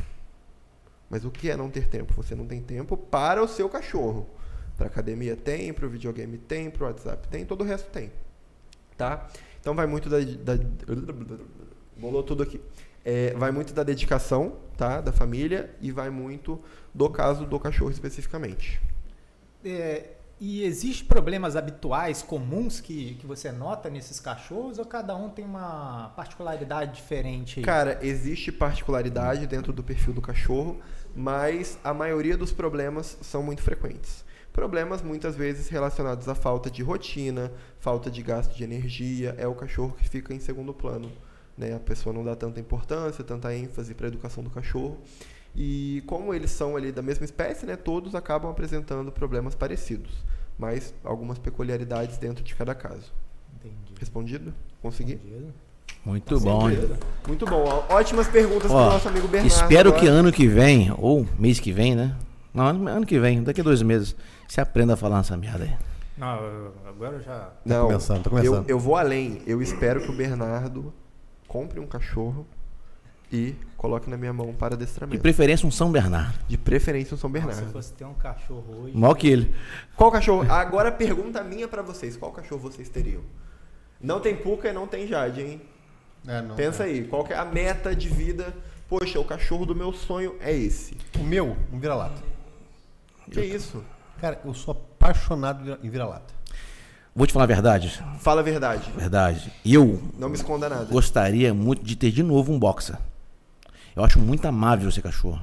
S1: Mas o que é não ter tempo? Você não tem tempo para o seu cachorro. Para academia tem, para o videogame tem, para o WhatsApp tem, todo o resto tem. Tá? Então vai muito da... da bolou tudo aqui. É, vai muito da dedicação tá? da família e vai muito do caso do cachorro especificamente.
S4: É, e existem problemas habituais, comuns, que, que você nota nesses cachorros, ou cada um tem uma particularidade diferente? aí?
S1: Cara, existe particularidade dentro do perfil do cachorro, mas a maioria dos problemas são muito frequentes. Problemas muitas vezes relacionados à falta de rotina, falta de gasto de energia, é o cachorro que fica em segundo plano. Né? A pessoa não dá tanta importância, tanta ênfase para a educação do cachorro. E como eles são ali da mesma espécie, né, todos acabam apresentando problemas parecidos, mas algumas peculiaridades dentro de cada caso.
S4: Entendi.
S1: Respondido? Consegui?
S4: Entendido.
S3: Muito bom, hein?
S1: Muito bom. ó. Ótimas perguntas
S3: Ó,
S1: pro nosso amigo Bernardo.
S3: Espero que
S1: agora.
S3: ano que vem, ou mês que vem, né? Não, ano ano que vem, daqui a dois meses, você aprenda a falar essa merda aí.
S4: Não, eu- agora eu já.
S1: Não,
S2: começando, tá começando.
S1: Eu, eu vou além. Eu espero que o Bernardo compre um cachorro e coloque na minha mão para
S3: De
S1: adestramento.
S3: preferência um São Bernardo.
S1: De preferência um São
S4: Se
S1: Bernardo.
S4: fosse ter um cachorro hoje.
S3: Maior que ele.
S1: Qual cachorro? Agora pergunta minha para vocês. Qual cachorro vocês teriam? Não tem Puca e não tem Jade, hein?
S2: É, não,
S1: Pensa
S2: é.
S1: aí. Qual que é a meta de vida? Poxa, o cachorro do meu sonho é esse.
S2: O meu, um vira-lata.
S1: Que isso?
S2: Cara, eu sou apaixonado em vira-lata.
S3: Vou te falar a verdade.
S1: Fala a verdade.
S3: Verdade. Eu
S1: Não me esconda nada.
S3: gostaria muito de ter de novo um boxer. Eu acho muito amável esse cachorro.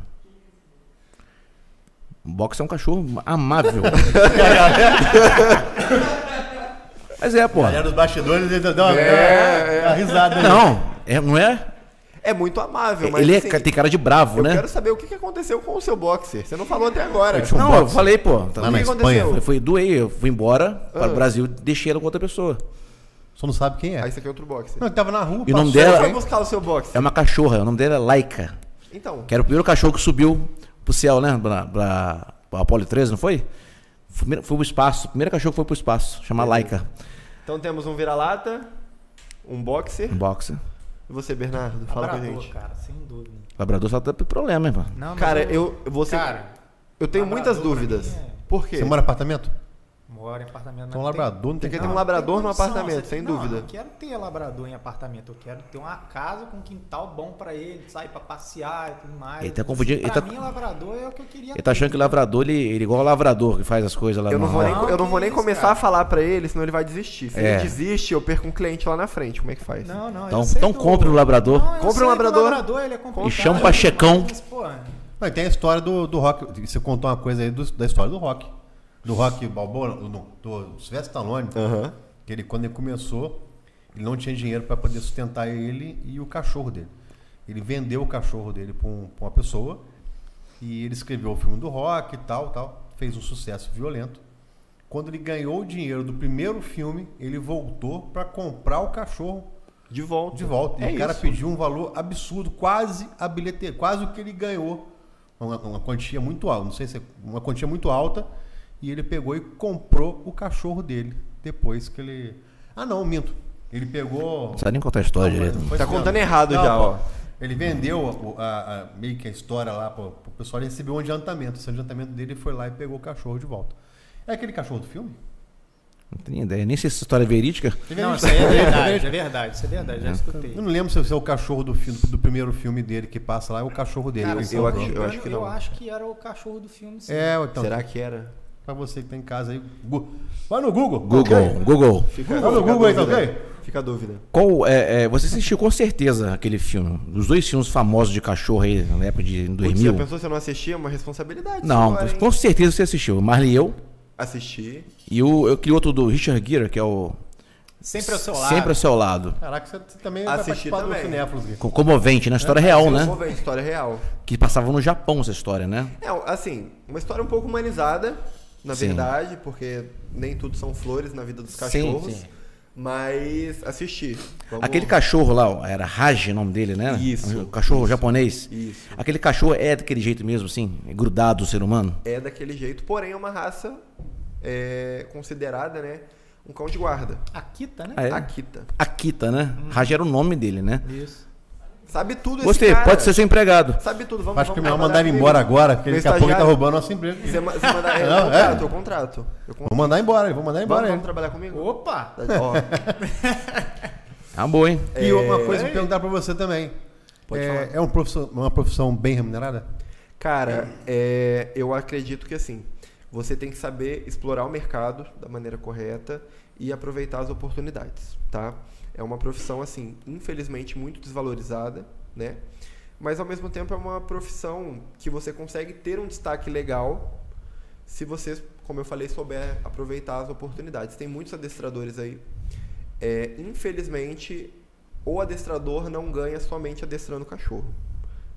S3: Um boxer é um cachorro amável. Mas é, pô.
S2: dos bastidores, ele deu uma, uma risada. aí.
S3: Não, é, não é?
S1: É muito amável, mas
S3: ele é
S1: assim,
S3: ca- tem cara de bravo,
S1: eu
S3: né?
S1: quero saber o que que aconteceu com o seu boxer. Você não falou até agora.
S2: tinha um
S3: Não, eu
S2: boxer.
S3: falei, pô. Tá
S2: Lá na
S1: O que
S2: Espanha.
S1: aconteceu?
S3: Eu fui, doei, eu fui embora para
S1: Ah.
S3: o Brasil, deixei ela com outra pessoa.
S2: Só não sabe quem é.
S1: Ah, esse aqui é outro boxer.
S2: Não, ele tava na rua.
S3: E o
S2: passou,
S3: nome dela-
S1: Foi
S2: hein?
S1: buscar o seu boxer.
S3: É uma cachorra, o nome dela é Laika.
S1: Então,
S3: Que era o primeiro cachorro que subiu pro céu, né? Pra, pra, pra Apollo 13, não foi? Foi, foi pro espaço. O primeiro cachorro que foi pro espaço, chama Laika.
S1: Então temos um vira-lata, um boxer.
S3: Um boxer.
S1: E você, Bernardo, fala com a
S4: Labrador,
S1: gente.
S4: cara, sem dúvida.
S3: Labrador só tá pro problema, hein, mano.
S4: Não, mas
S1: Cara, eu, você,
S4: Cara,
S1: eu tenho muitas
S4: labrador pra
S1: dúvidas.
S4: mim é-
S1: Por quê?
S2: Você mora em apartamento?
S4: moro em apartamento.
S2: Então
S4: não tem-
S2: labrador não tem
S1: Tem
S2: que
S1: que ter um
S2: ter
S1: labrador no
S4: condição,
S1: apartamento,
S4: você-
S1: sem
S4: não, Eu
S1: dúvida.
S4: não quero ter labrador em apartamento. Eu quero ter uma casa com quintal bom pra ele, sair pra passear e tudo mais.
S3: Ele tá confundindo-
S4: Pra
S3: ele tá-
S4: mim, labrador é o que eu queria
S3: Ele tá achando que o lavrador, ele, ele é igual o lavrador que faz as coisas lá
S1: Eu não
S3: no
S1: vou nem,
S3: ralo.
S1: eu não
S4: que
S1: vou nem
S4: isso,
S1: começar
S4: cara.
S1: a falar pra ele, senão ele vai desistir. Se
S3: É.
S1: ele desiste, eu perco um cliente lá na frente. Como é que faz?
S4: Não, não.
S3: Então-
S4: eu sei
S3: então
S4: do-
S3: compra um labrador.
S4: Não, eu
S1: Compra um
S4: sei do
S1: labrador.
S4: labrador, ele é complicado,
S3: E chama pra checão.
S4: mas, pô,
S2: Não, e tem a história do, do rock. Você contou uma coisa aí do- da história do rock. Do rock Balboa, não, do Sylvester Stallone.
S1: Aham.
S2: Que ele, quando ele começou, ele não tinha dinheiro para poder sustentar ele e o cachorro dele. Ele vendeu o cachorro dele para uma pessoa e ele escreveu o filme do rock e tal, tal. Fez um sucesso violento. Quando ele ganhou o dinheiro do primeiro filme, ele voltou para comprar o cachorro
S1: De volta.
S2: de volta.
S1: É
S2: e o cara
S1: isso.
S2: pediu um valor absurdo, quase a bilheteria, quase o que ele ganhou. Uma, uma quantia muito alta, não sei se é uma quantia muito alta. E ele pegou e comprou o cachorro dele. Depois que ele. Ah, não, minto. Ele pegou.
S3: Não sabe nem contar a história
S2: Não, mas
S3: tá direito.
S2: foi
S1: Tá
S2: esse
S1: contando
S2: ano.
S1: errado já,
S2: pô.
S1: ó.
S2: Ele vendeu a- a- a- meio que a história lá pro, pro pessoal, ele recebeu um adiantamento. Esse adiantamento dele ele foi lá e pegou o cachorro de volta. É aquele cachorro do filme?
S3: Não tenho ideia. Nem sei se essa história é verídica.
S4: Não, isso aí é verdade, é verdade, isso é verdade, já
S2: Eu
S4: escutei.
S2: não lembro se é o- se é o cachorro do, filme, do primeiro filme dele que passa lá, é o cachorro dele.
S4: Cara,
S2: Ele
S4: se
S1: eu
S4: não
S1: acho-
S4: me
S2: comprou.
S1: eu acho que
S4: engano,
S1: não.
S4: Eu acho que era o cachorro do filme, sim.
S2: É, então,
S1: Será que era?
S2: pra você que tá em casa aí, Gu- vai no Google. um.
S3: Google,
S2: ok?
S3: Google.
S1: Fica,
S2: Vamos no
S1: fica a
S2: Google aí, tá
S1: dúvida.
S2: ok?
S1: Fica a dúvida.
S3: Qual é, é, você assistiu com certeza aquele filme. Os dois filmes famosos de cachorro aí na época de
S1: Putz, já
S3: 2000.
S1: pensou se eu não assistir? É uma responsabilidade.
S3: Não,
S1: senhora, hein?
S3: com certeza você assistiu. Marley e eu.
S1: Assistir.
S3: E o, aquele outro do Richard Gere, que é o.
S4: Sempre ao seu lado.
S3: Sempre ao seu lado.
S2: Caraca, você, você também
S1: Assistir
S2: vai participar
S1: também.
S2: do Cinéfilos aqui.
S3: Co- Comovente, né? História real,
S1: Eu vou ver
S3: né?
S1: a história real.
S3: Que passava no Japão essa história, né?
S1: É, assim, uma história um pouco humanizada, na
S3: Sim.
S1: verdade, porque nem tudo são flores na vida dos
S3: Sim,
S1: cachorros.
S3: sim.
S1: Mas assistir. Vamos-
S3: Aquele cachorro lá, ó, era Raj o nome dele, né?
S1: Isso,
S3: O cachorro japonês.
S1: Isso.
S3: Aquele cachorro é daquele jeito mesmo, assim, é grudado o ser humano.
S1: É daquele jeito, porém é uma raça é, considerada, né? Um cão de guarda.
S4: Akita, né?
S3: Ah, é?
S1: Akita.
S3: Akita, né? Raj era o nome dele, né?
S4: Isso.
S1: Sabe tudo
S3: Gostei,
S1: esse cara.
S3: pode ser seu empregado.
S1: Sabe tudo, vamos
S2: Acho que é melhor
S1: vamos
S2: mandar ele
S1: comigo.
S2: embora agora, porque
S1: Meu
S2: daqui a pouco ele tá
S1: estagiário.
S2: roubando nosso emprego.
S1: Você, ma- você mandar. É,
S2: Não,
S1: eu contrato,
S2: é.
S1: eu contrato. Eu con-
S2: Vou mandar embora, vou mandar
S1: Vamos,
S2: embora
S1: vamos
S2: ele.
S1: trabalhar comigo?
S4: Opa!
S1: Ó,
S3: Tá boa, hein?
S2: E uma coisa que eu perguntar pra você também.
S1: É. Pode
S2: é,
S1: falar.
S2: é uma profissão, uma profissão bem remunerada?
S1: Cara, é, eu acredito que assim, você tem que saber explorar o mercado da maneira correta e aproveitar as oportunidades, tá? É uma profissão assim, infelizmente muito desvalorizada, né? Mas ao mesmo tempo é uma profissão que você consegue ter um destaque legal se você, como eu falei, souber aproveitar as oportunidades. Tem muitos adestradores aí. É, infelizmente, o adestrador não ganha somente adestrando cachorro.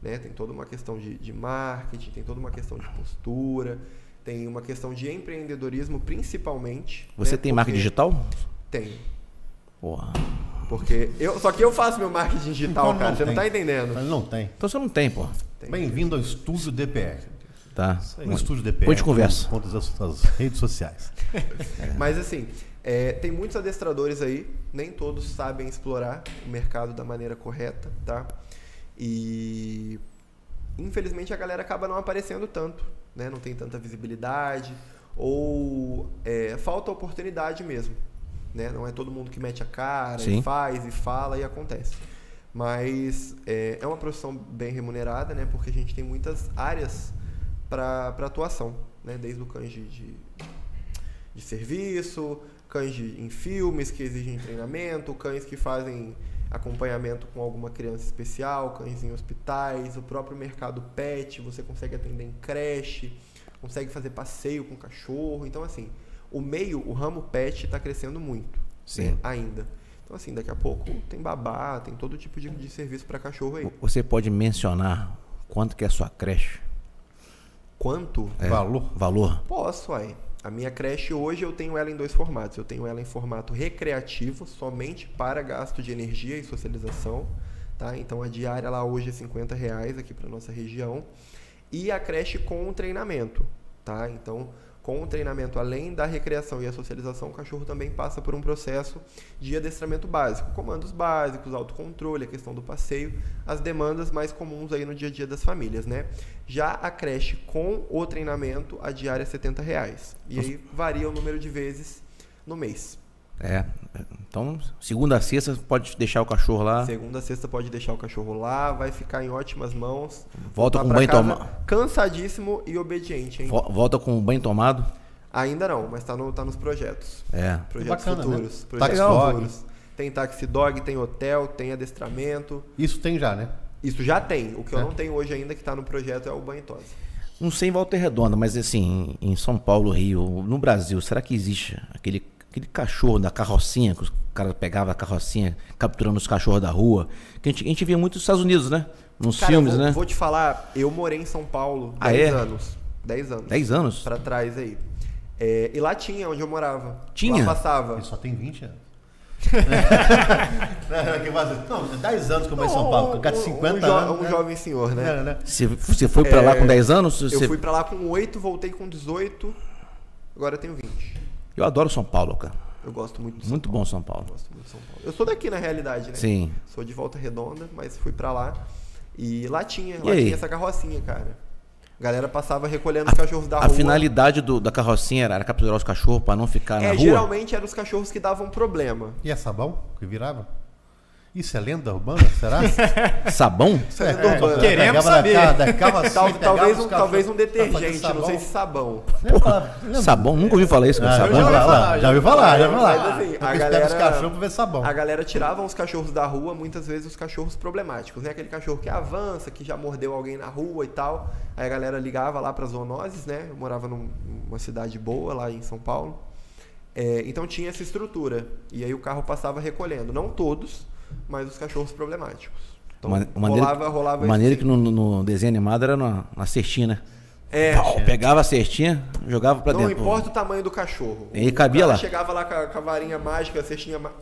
S1: né? Tem toda uma questão de, de marketing, tem toda uma questão de postura, tem uma questão de empreendedorismo, principalmente.
S3: Você
S1: né?
S3: tem marca
S1: Porque-
S3: digital?
S1: Tenho.
S3: Porra.
S1: Porque eu, só que eu faço meu marketing digital,
S2: Então não
S1: cara. Você não
S2: tem.
S1: tá entendendo.
S2: Mas não tem.
S3: Então você não tem, porra.
S1: Tem.
S2: Bem-vindo ao Estúdio DPR.
S3: Tá.
S2: O Um Estúdio DPR.
S3: Depois de conversa.
S2: Conta as suas redes sociais.
S1: Mas assim, é, tem muitos adestradores aí, nem todos sabem explorar o mercado da maneira correta, tá? E infelizmente a galera acaba não aparecendo tanto, né? Não tem tanta visibilidade ou é, falta oportunidade mesmo, né? Não é todo mundo que mete a cara,
S3: Sim.
S1: e faz e fala e acontece. Mas é, é uma profissão bem remunerada, né? Porque a gente tem muitas áreas para atuação, né? Desde o cães de, de, de serviço, cães de, em filmes que exigem treinamento, cães que fazem acompanhamento com alguma criança especial, cães em hospitais, o próprio mercado pet, você consegue atender em creche, consegue fazer passeio com cachorro. Então, assim, o meio, o ramo pet está crescendo muito
S3: Sim.
S1: né, ainda. Então, assim, daqui a pouco tem babá, tem todo tipo de, de serviço para cachorro aí.
S3: Você pode mencionar quanto que é a sua creche?
S1: Quanto?
S2: Valor.
S3: Valor?
S1: Posso, aí. A minha creche hoje eu tenho ela em dois formatos. Eu tenho ela em formato recreativo, somente para gasto de energia e socialização. Tá? Então a diária lá hoje é 50 reais aqui para nossa região. e a creche com o treinamento, tá? Então, com o treinamento, além da recreação e a socialização, o cachorro também passa por um processo de adestramento básico, comandos básicos, autocontrole, a questão do passeio, as demandas mais comuns aí no dia a dia das famílias, né? Já a creche com o treinamento, a diária é R$ 70 reais. E aí varia o número de vezes no mês.
S3: É. Então, segunda a sexta, pode deixar o cachorro lá.
S1: Segunda a sexta pode deixar o cachorro lá, vai ficar em ótimas mãos.
S3: Volta
S1: Voltar
S3: com
S1: pra
S3: banho
S1: casa
S3: toma-
S1: Cansadíssimo e obediente, hein?
S3: Vo- Volta com o banho tomado.
S1: Ainda não, mas tá, no, tá nos projetos.
S3: É. Tá
S1: Projetos
S2: Bacana,
S1: futuros.
S2: né?
S1: Projetos
S2: Taxi dog.
S1: futuros. Tem taxi dog, tem hotel, tem adestramento.
S2: Isso tem já, né?
S1: Isso já tem. O que eu
S2: É.
S1: não tenho hoje ainda que tá no projeto é o banho e tosa.
S3: Não sei em Volta Redonda, mas assim, em em São Paulo, Rio, no Brasil, será que existe aquele, aquele cachorro da carrocinha, que os caras pegavam a carrocinha capturando os cachorros da rua? Que a gente, a gente via muito nos Estados Unidos, né? Nos
S1: Cara,
S3: filmes,
S1: eu vou,
S3: né?
S1: vou te falar, eu morei em São Paulo
S3: Ah,
S1: 10
S3: é?
S1: anos. 10 anos.
S3: 10 anos?
S1: Pra trás aí. É, e lá tinha onde eu morava.
S3: Tinha?
S1: Lá passava.
S2: Ele só tem 20 anos. Não, que vazio. Não, 10 anos que eu moro em São Paulo, eu gato
S1: Um- um-
S2: 50
S1: um, jo-
S2: anos.
S1: Um
S2: né?
S1: jovem senhor, né?
S2: É, né?
S3: Você, você foi pra lá
S1: É,
S3: com 10 anos?
S1: Eu
S3: Você-
S1: fui pra lá com 8, voltei com 18, agora eu tenho 20.
S3: eu adoro São Paulo, cara.
S1: Eu gosto muito de São
S3: Muito
S1: Paulo.
S3: bom São Paulo.
S1: Gosto muito de São Paulo. Eu sou daqui na realidade, né?
S3: Sim.
S1: Sou de Volta Redonda, mas fui pra lá. E lá tinha,
S3: E
S1: lá
S3: aí?
S1: tinha essa carrocinha, cara. A galera passava recolhendo os cachorros da
S3: a
S1: rua.
S3: finalidade do- da carrocinha era capturar os cachorros pra não ficar na
S1: é,
S3: rua?
S1: geralmente eram os cachorros que davam problema.
S2: E é sabão que virava? Isso é lenda urbana, será?
S3: Sabão?
S1: É, lenda urbana.
S4: Queremos saber.
S2: assim,
S1: Tal- talvez, um, talvez
S2: Ah,
S1: um detergente, não sei se sabão.
S3: Sabão? Nunca ouvi falar
S1: Ah,
S3: isso, cara.
S2: Ah, já,
S3: Sabão?
S2: ouvi falar, já ouvi falar, já ouvi
S1: Mas,
S2: falar.
S1: assim, a
S2: Depois pega os
S1: galera-
S2: cachorros pra ver sabão.
S1: A galera tirava os cachorros da rua, muitas vezes os cachorros problemáticos, né? Aquele cachorro que avança, que já mordeu alguém na rua e tal. Aí a galera ligava lá para zoonoses, né? Eu morava num- numa cidade boa lá em São Paulo. É, então tinha essa estrutura. E aí o carro passava recolhendo. Não todos, mas os cachorros problemáticos. Então
S3: Ma-
S1: rolava, rolava
S3: maneira
S1: isso
S3: que no, no desenho animado era na, na cestinha, né?
S1: É.
S3: Pau, pegava a cestinha, jogava pra
S1: Não
S3: dentro.
S1: importa o tamanho do cachorro.
S3: Ele
S1: O
S3: cabia
S1: cara
S3: lá.
S1: Chegava lá com a, com a varinha mágica, a cestinha ma...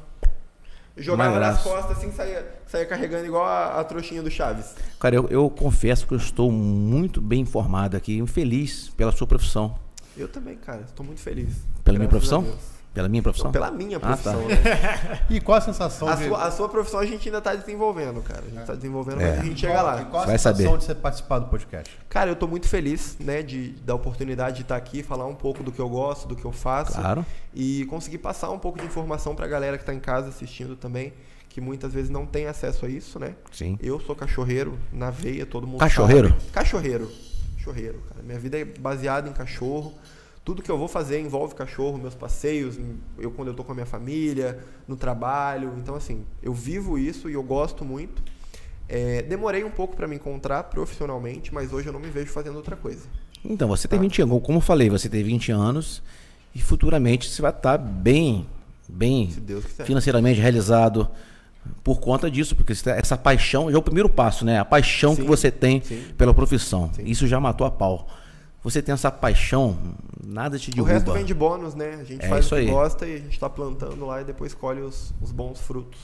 S1: Jogava nas
S3: Magraço.
S1: costas assim, saía, saía carregando igual a, a trouxinha do Chaves.
S3: Cara, eu, eu confesso que eu estou muito bem informado aqui, feliz pela sua profissão.
S1: Eu também, cara. Estou muito feliz.
S3: Pela minha
S1: Graças
S3: profissão?
S1: a Deus.
S3: Pela minha profissão?
S1: Não, pela minha
S3: Ah,
S1: profissão,
S3: tá.
S2: Então,
S1: né?
S2: E qual a sensação
S1: A
S2: de...
S1: sua, a sua profissão a gente ainda tá desenvolvendo, cara. A gente tá desenvolvendo,
S3: É.
S1: mas a gente chega
S2: E
S1: lá.
S2: qual a
S3: Vai
S2: sensação
S3: saber.
S2: de você participar do podcast?
S1: Cara, eu tô muito feliz, né, de, da oportunidade de estar aqui, falar um pouco do que eu gosto, do que eu faço.
S3: Claro.
S1: E conseguir passar um pouco de informação pra galera que tá em casa assistindo também, que muitas vezes não tem acesso a isso, né?
S3: Sim.
S1: Eu sou cachorreiro, na veia, todo mundo.
S3: Cachorreiro?
S1: sabe. Cachorreiro. Cachorreiro, cara. Minha vida é baseada em cachorro. Tudo que eu vou fazer envolve cachorro, meus passeios, eu quando eu tô com a minha família, no trabalho. Então, assim, eu vivo isso e eu gosto muito. É, demorei um pouco pra me encontrar profissionalmente, mas hoje eu não me vejo fazendo outra coisa.
S3: Então, você tem 20 anos, como eu falei, você tem 20 anos e futuramente você vai estar bem, bem
S1: Se Deus quiser.
S3: financeiramente realizado por conta disso, porque isso- essa paixão já é o primeiro passo, né? A paixão
S1: Sim,
S3: que você tem
S1: sim.
S3: pela profissão.
S1: Sim.
S3: Isso já matou a pau. Você tem essa paixão, nada te
S1: O resto
S3: derruba.
S1: vem de bônus, né? A gente
S3: É
S1: faz
S3: isso
S1: o que
S3: aí.
S1: gosta e a gente tá plantando lá e depois colhe os, os bons frutos.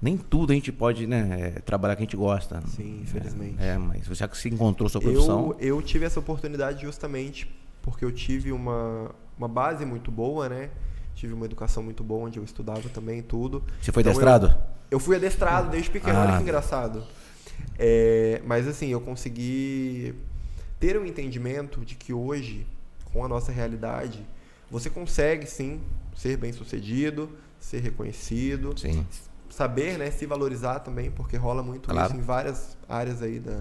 S3: Nem tudo a gente pode, né, é, trabalhar que a gente gosta.
S1: Sim, infelizmente.
S3: É, mas já que se encontrou sua profissão,
S1: Eu, eu tive essa oportunidade justamente porque eu tive uma, uma base muito boa, né? Tive uma educação muito boa, onde eu estudava também tudo.
S3: você foi
S1: Então,
S3: adestrado?
S1: Eu, eu fui adestrado desde pequeno, olha
S3: Ah.
S1: que engraçado. É, mas assim, eu consegui ter um entendimento de que hoje, com a nossa realidade, você consegue sim ser bem sucedido, ser reconhecido,
S3: Sim.
S1: saber, né, se valorizar também, porque rola muito
S3: Claro.
S1: isso em várias áreas aí da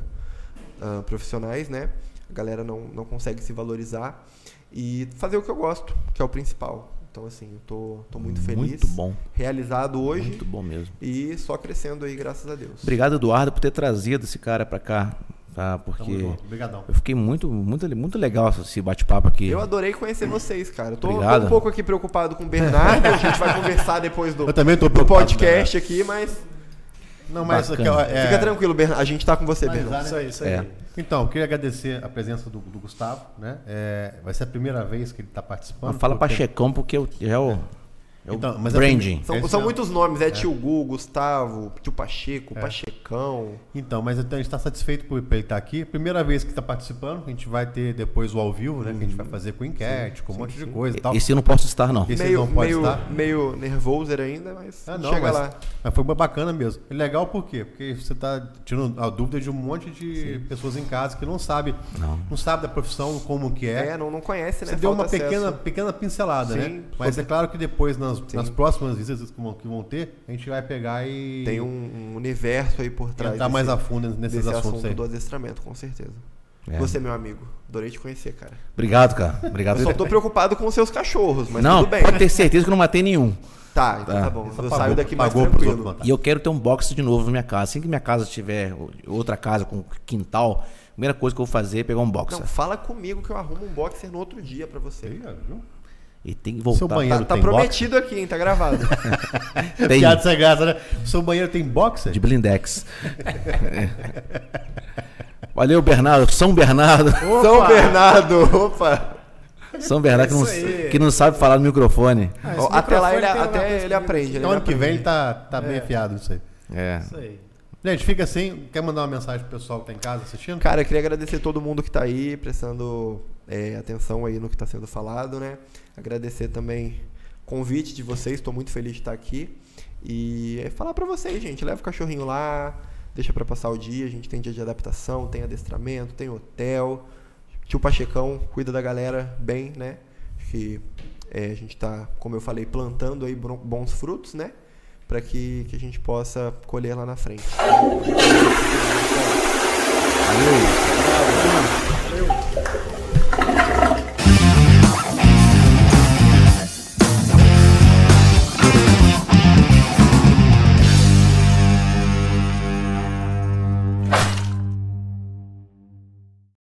S1: ah, profissionais, né? A galera não, não consegue se valorizar e fazer o que eu gosto, que é o principal. Então assim, eu tô, tô muito feliz,
S3: Muito bom.
S1: realizado hoje
S3: Muito bom mesmo.
S1: e só crescendo aí, graças a Deus.
S3: Obrigado, Eduardo, por ter trazido esse cara pra cá,
S2: Tamo
S3: tá? Porque
S2: junto, Obrigadão.
S3: eu fiquei muito, muito, muito legal esse bate-papo aqui.
S1: Eu adorei conhecer vocês, cara. Eu Tô, tô
S3: Obrigado.
S1: um pouco aqui preocupado com o Bernardo, a gente vai conversar depois do,
S2: Eu também tô
S1: do
S2: preocupado,
S1: podcast aqui, mas né?
S2: Não, mas...
S3: Bacana.
S2: aqui, ó, é-
S1: fica tranquilo, Bernardo. A gente tá com você,
S2: Finalizar,
S1: Bernardo.
S2: né?
S4: Isso aí, isso aí.
S3: É.
S2: Então, eu queria agradecer a presença do, do Gustavo, né? É, vai ser a primeira vez que ele está participando.
S3: Não fala
S2: porque-
S3: Pachecão porque eu, eu, É o
S2: Então, mas a
S3: branding.
S1: São,
S2: Esse
S1: são
S2: é-
S1: muitos nomes, é, tio Gu, Gustavo, tio Pacheco, Pachecão.
S2: Então, mas então, a gente está satisfeito por por ele estar aqui. Primeira vez que está participando, a gente vai ter depois o ao vivo, né? Que a gente vai fazer com enquete, com um monte de coisa e tal.
S3: Uhum. tá- Esse eu não posso estar, não.
S2: Esse
S1: meio,
S2: não pode
S1: meio,
S2: estar?
S1: meio nervoso ainda, mas
S2: Ah, não,
S1: chega
S2: mas,
S1: lá.
S2: mas foi bacana mesmo. E legal por quê? Porque você está tirando a dúvida de um monte de pessoas em casa que não sabe, não, sabe da profissão, como que é.
S1: É, não, não conhece, né?
S2: Você deu
S1: Falta
S2: uma pequena,
S1: acesso.
S2: pequena pincelada,
S1: Sim.
S2: né? Mas é claro que depois, nas, nas próximas visitas que vão, que vão ter, a gente vai pegar e
S1: Tem um, um universo aí por trás.
S2: entrar tá mais a fundo nesses
S1: desse
S2: assuntos
S1: assunto
S2: aí.
S1: do adestramento, com certeza.
S3: É.
S1: Você, meu amigo, adorei te conhecer, cara.
S3: Obrigado, cara. Obrigado.
S1: Eu só tô preocupado com os seus cachorros, mas
S3: não,
S1: tudo bem. né?
S3: pode ter certeza que eu não matei nenhum.
S1: Tá, então tá,
S3: Tá.
S1: bom.
S2: Só
S1: eu
S2: pagou-
S1: saio daqui mais
S2: pagou pros
S1: tranquilo.
S2: outros matar.
S3: E eu quero ter um box de novo na minha casa. Assim que minha casa tiver o- outra casa com quintal, a primeira coisa que eu vou fazer é pegar um boxer.
S1: Não, fala comigo que eu arrumo um boxer no outro dia pra você.
S2: Aí, ó, viu?
S3: E tem que voltar.
S2: Seu banheiro
S1: Tá, tá
S2: tem
S1: prometido aqui, hein? Tá gravado. É
S3: Tem,
S2: Piada sem graça, né? O seu banheiro tem boxer?
S3: de blindex. Valeu, Bernardo. São Bernardo.
S1: São Bernardo, opa.
S3: São Bernardo que
S4: É isso aí.
S3: não, que não sabe falar no microfone.
S4: Ah, esse
S1: Ó, até lá
S4: microfone
S1: ele,
S4: tem uma
S1: até
S4: coisa é
S1: ele aprende. Ele
S2: Então ano que
S1: aprende.
S2: vem ele tá, tá bem afiado nisso aí.
S3: É.
S4: Isso aí.
S2: Gente, fica assim. Quer mandar uma mensagem pro pessoal que tá em casa assistindo?
S1: Cara, eu queria agradecer todo mundo que tá aí, prestando é, atenção aí no que tá sendo falado, né? Agradecer também o convite de vocês, tô muito feliz de estar aqui. E é falar pra vocês, gente, leva o cachorrinho lá, deixa pra passar o dia, a gente tem dia de adaptação, tem adestramento, tem hotel. Tio Pachecão cuida da galera bem, né? Acho Que é, a gente tá, como eu falei, plantando aí bron- bons frutos, né? Pra que, que a gente possa colher lá na frente.